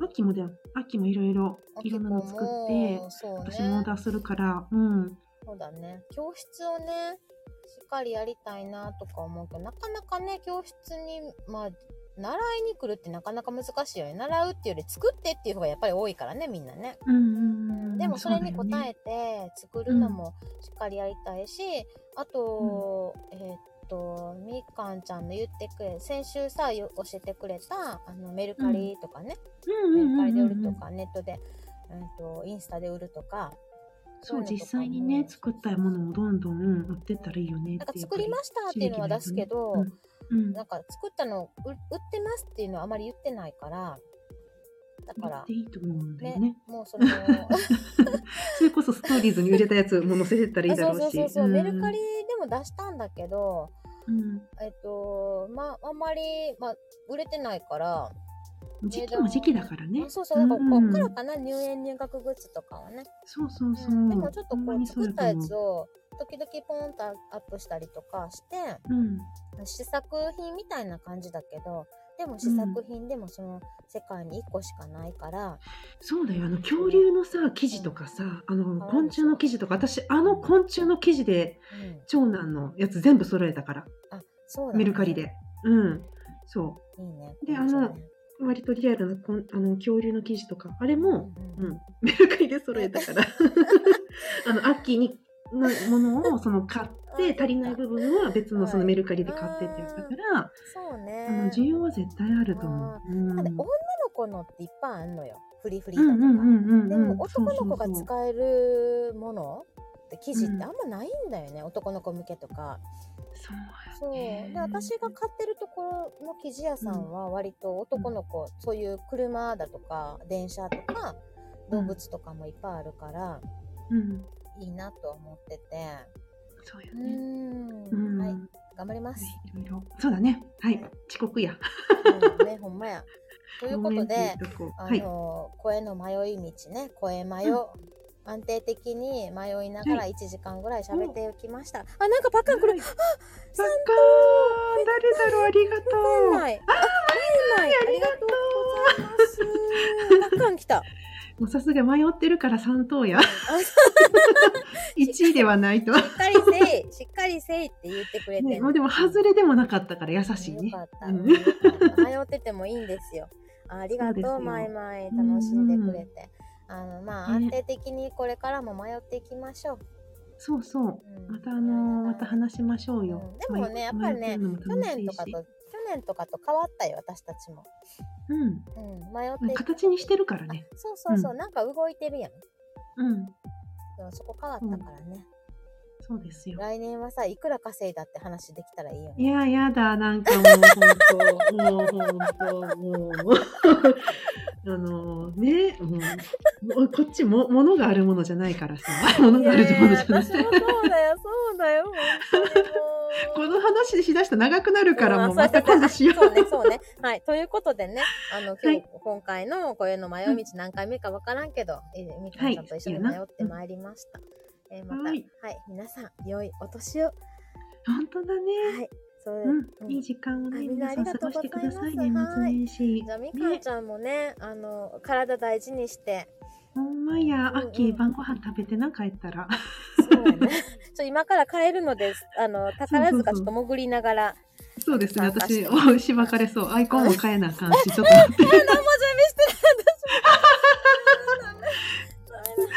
[SPEAKER 2] ヤッキーもだよ。ヤッキーもいろいろ、いろんなの作って、
[SPEAKER 1] そう、ね、
[SPEAKER 2] 私もオーダーするから、うん。
[SPEAKER 1] そうだね。教室をね、しっかりやりたいなとか思うけど、なかなかね、教室に、まあ、習いに来るってなかなか難しいよね。習うっていうより作ってっていう方がやっぱり多いからね、みんなね。
[SPEAKER 2] うんうんうん。
[SPEAKER 1] でもそれに応
[SPEAKER 2] そうだよね
[SPEAKER 1] えて作るのもしっかりやりたいし、あと、えーっと、みかんちゃんの言ってくれ、先週さ、よ教えてくれた、あの、メルカリとかね、
[SPEAKER 2] うんうんうん
[SPEAKER 1] メルカリで
[SPEAKER 2] う
[SPEAKER 1] 売る
[SPEAKER 2] んう
[SPEAKER 1] と
[SPEAKER 2] ん。
[SPEAKER 1] か、ネットで、うんと、インスタで売るとか、
[SPEAKER 2] そう、
[SPEAKER 1] そういうのとかも
[SPEAKER 2] 実際にね、作ったものをどんどん売ってったらいいよねっていう
[SPEAKER 1] な
[SPEAKER 2] か
[SPEAKER 1] んか作りましたっていうのは出すけど、
[SPEAKER 2] うん
[SPEAKER 1] なんか作ったのう売ってますっていうのはあまり言ってないから、だか
[SPEAKER 2] 言
[SPEAKER 1] ら
[SPEAKER 2] って、いいと思うんだよね。
[SPEAKER 1] もう その、
[SPEAKER 2] それこそストーリーズに売れたやつも載せてったらいいだ
[SPEAKER 1] そ
[SPEAKER 2] ろ
[SPEAKER 1] う
[SPEAKER 2] うし。
[SPEAKER 1] そうそうそう、
[SPEAKER 2] ん
[SPEAKER 1] メルカリでも出したんだけど、
[SPEAKER 2] うん
[SPEAKER 1] えっと、まあ、あんまり、まあ、売れてないから、
[SPEAKER 2] 時期も時期だからね
[SPEAKER 1] あ。そうそう、だからこっから
[SPEAKER 2] うん
[SPEAKER 1] かな、入園入学グッズとかはね。
[SPEAKER 2] そうそうそう。
[SPEAKER 1] うんでもちょっとこ
[SPEAKER 2] ほんま
[SPEAKER 1] う、
[SPEAKER 2] にそう
[SPEAKER 1] 作っ
[SPEAKER 2] だ
[SPEAKER 1] た
[SPEAKER 2] と思
[SPEAKER 1] や
[SPEAKER 2] う
[SPEAKER 1] つを、時々ポンとアップしたりとかして、
[SPEAKER 2] うん。
[SPEAKER 1] 試作品みたいな感じだけど、でも試作品でもその世界に1個しかないから、
[SPEAKER 2] そうだよ。あの恐竜のさ、記事とかさ、あの昆虫の記事とか、私、あの昆虫の記事で
[SPEAKER 1] うん
[SPEAKER 2] 長男のやつ全部揃えたから、
[SPEAKER 1] あ、そうだ、ね。
[SPEAKER 2] メルカリ。で。うん。そ
[SPEAKER 1] いいね。
[SPEAKER 2] で
[SPEAKER 1] こいの
[SPEAKER 2] あのう。割とリアルなこんあの恐竜の記事とか、あれ
[SPEAKER 1] うん
[SPEAKER 2] も、
[SPEAKER 1] うん
[SPEAKER 2] うん、 メルカリで揃えたから あのアッキーにのものをその買って足りない部分は別のそのメルカリで買ってってやったから、
[SPEAKER 1] そうね。
[SPEAKER 2] あの需要は絶対あると思う。うん
[SPEAKER 1] なんで女の子のっていっぱいあんのよ。フリフリ
[SPEAKER 2] う
[SPEAKER 1] だと
[SPEAKER 2] ん
[SPEAKER 1] か。
[SPEAKER 2] うんうんうんうん
[SPEAKER 1] でも男の子が
[SPEAKER 2] そうそうそう
[SPEAKER 1] 使えるものって記事っ
[SPEAKER 2] う
[SPEAKER 1] て
[SPEAKER 2] ん
[SPEAKER 1] あんまないんだよね、男の子向けとか
[SPEAKER 2] そう
[SPEAKER 1] そうで私が買ってるところの記事屋さんは割と男の子、そういう車だとか電車とか動物とかもいっぱいあるから、
[SPEAKER 2] うん
[SPEAKER 1] いいなと思ってて
[SPEAKER 2] そうよ
[SPEAKER 1] う
[SPEAKER 2] ね。
[SPEAKER 1] ん
[SPEAKER 2] うん
[SPEAKER 1] はい
[SPEAKER 2] は
[SPEAKER 1] 頑張ります、
[SPEAKER 2] いいろいろそうだね。はい、遅刻や。
[SPEAKER 1] うんね、ほんまや。ということ
[SPEAKER 2] ごめんっ
[SPEAKER 1] で
[SPEAKER 2] て、いうとこ
[SPEAKER 1] あ
[SPEAKER 2] はい、
[SPEAKER 1] の声の迷い道ね、声迷い、安定的に迷いながら
[SPEAKER 2] は
[SPEAKER 1] 1時間ぐらい喋っていきました。あ、なんかパッカンこれ、
[SPEAKER 2] はい
[SPEAKER 1] あ、
[SPEAKER 2] バ
[SPEAKER 1] さ
[SPEAKER 2] カー
[SPEAKER 1] ん
[SPEAKER 2] 誰だろうありがとう。
[SPEAKER 1] ない。あ、マイマイ、ありがとうございます。パッカン来た。
[SPEAKER 2] もうさすが迷ってるから3 等や。1位ではないと。
[SPEAKER 1] しっかりせい、しっかりせいって言ってくれてんの、
[SPEAKER 2] ね、まあでも、外れでもなかったから優しいね。
[SPEAKER 1] よかった。
[SPEAKER 2] う
[SPEAKER 1] うん
[SPEAKER 2] ん
[SPEAKER 1] よかった迷っててもいいんですよ。ありが
[SPEAKER 2] そうです
[SPEAKER 1] とう、
[SPEAKER 2] よ
[SPEAKER 1] マイマイ。楽しんでくれて。あの、まあ、
[SPEAKER 2] ね
[SPEAKER 1] 安定的にこれからも迷っていきましょう。
[SPEAKER 2] そうそう。
[SPEAKER 1] うん
[SPEAKER 2] またあのーまた話しましょうよ。
[SPEAKER 1] うんでもねやっぱりね去年とかと、
[SPEAKER 2] と
[SPEAKER 1] 去。年とかと変わったよ、私たちも。
[SPEAKER 2] うん。
[SPEAKER 1] うん、迷っ
[SPEAKER 2] ま
[SPEAKER 1] て
[SPEAKER 2] あ
[SPEAKER 1] いく。
[SPEAKER 2] 形にしてるからね。
[SPEAKER 1] あそうそうそう、
[SPEAKER 2] うん
[SPEAKER 1] なんか動いてるやん。
[SPEAKER 2] うん。
[SPEAKER 1] でもそこ変わったからね。
[SPEAKER 2] そうですよ。
[SPEAKER 1] 来年はさ、いくら稼いだって話できたらいいよ
[SPEAKER 2] い
[SPEAKER 1] ね。
[SPEAKER 2] や、やだ、なんかもう、本当、もう、 本当、もう、あのね、もう、もうこっちも、物があるものじゃないから さ、物があるものじゃない。
[SPEAKER 1] いやいや私もそうだよ、そうだよ、本当にもう
[SPEAKER 2] この話しだしたら長くなるから、もう、
[SPEAKER 1] まあ
[SPEAKER 2] また今度 しよ。
[SPEAKER 1] そううね、そうね。はい。ということでね、あの、今日、
[SPEAKER 2] はい
[SPEAKER 1] 今回の、こういうの迷い道何回目かわからんけど、えーみかんちゃんと一緒に迷ってまいりました。えーまた、は
[SPEAKER 2] はいい、
[SPEAKER 1] 皆さん、良いお年を。は
[SPEAKER 2] 本当だね。
[SPEAKER 1] い。そう
[SPEAKER 2] う
[SPEAKER 1] うん
[SPEAKER 2] ん、いい時間を
[SPEAKER 1] あ
[SPEAKER 2] ね、
[SPEAKER 1] みんな
[SPEAKER 2] 皆さん
[SPEAKER 1] ありがと
[SPEAKER 2] 過
[SPEAKER 1] う
[SPEAKER 2] ごしてください
[SPEAKER 1] ござい
[SPEAKER 2] ね、
[SPEAKER 1] ます
[SPEAKER 2] 年末年始。
[SPEAKER 1] じゃあ、みかん
[SPEAKER 2] ね
[SPEAKER 1] ちゃんもね、あの、体大事にして、
[SPEAKER 2] ほんまや、
[SPEAKER 1] うんうん
[SPEAKER 2] 秋、晩ご飯食べてな、帰ったら。
[SPEAKER 1] そうやね。ちょ、今から帰るのです。あの、宝
[SPEAKER 2] そうそ
[SPEAKER 1] 塚
[SPEAKER 2] う
[SPEAKER 1] ちょ
[SPEAKER 2] そう
[SPEAKER 1] っと潜りながら、
[SPEAKER 2] そうですね、
[SPEAKER 1] 参加して
[SPEAKER 2] 私、おしばかれそう。アイコンも変えなあかんし、ちょっと待って。
[SPEAKER 1] 何も準備してない私も。ダメだ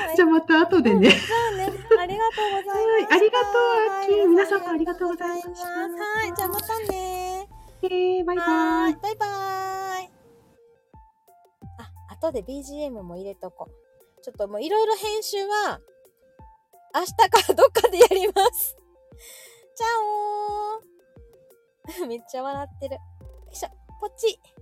[SPEAKER 1] はい
[SPEAKER 2] じゃあまた後でね。
[SPEAKER 1] そうね、ありがとうございます。
[SPEAKER 2] はいありがとう
[SPEAKER 1] はい
[SPEAKER 2] アッキー皆さんもありがとうございました
[SPEAKER 1] はい、じゃあまたね。
[SPEAKER 2] えーバイバ
[SPEAKER 1] は
[SPEAKER 2] イ
[SPEAKER 1] ーい。バイバーイ。あ、後で BGM も入れとこう。ちょっともういろいろ編集は、明日かどっかでやります。 チャオーめっちゃ笑ってる。よいしょ、ポチッ。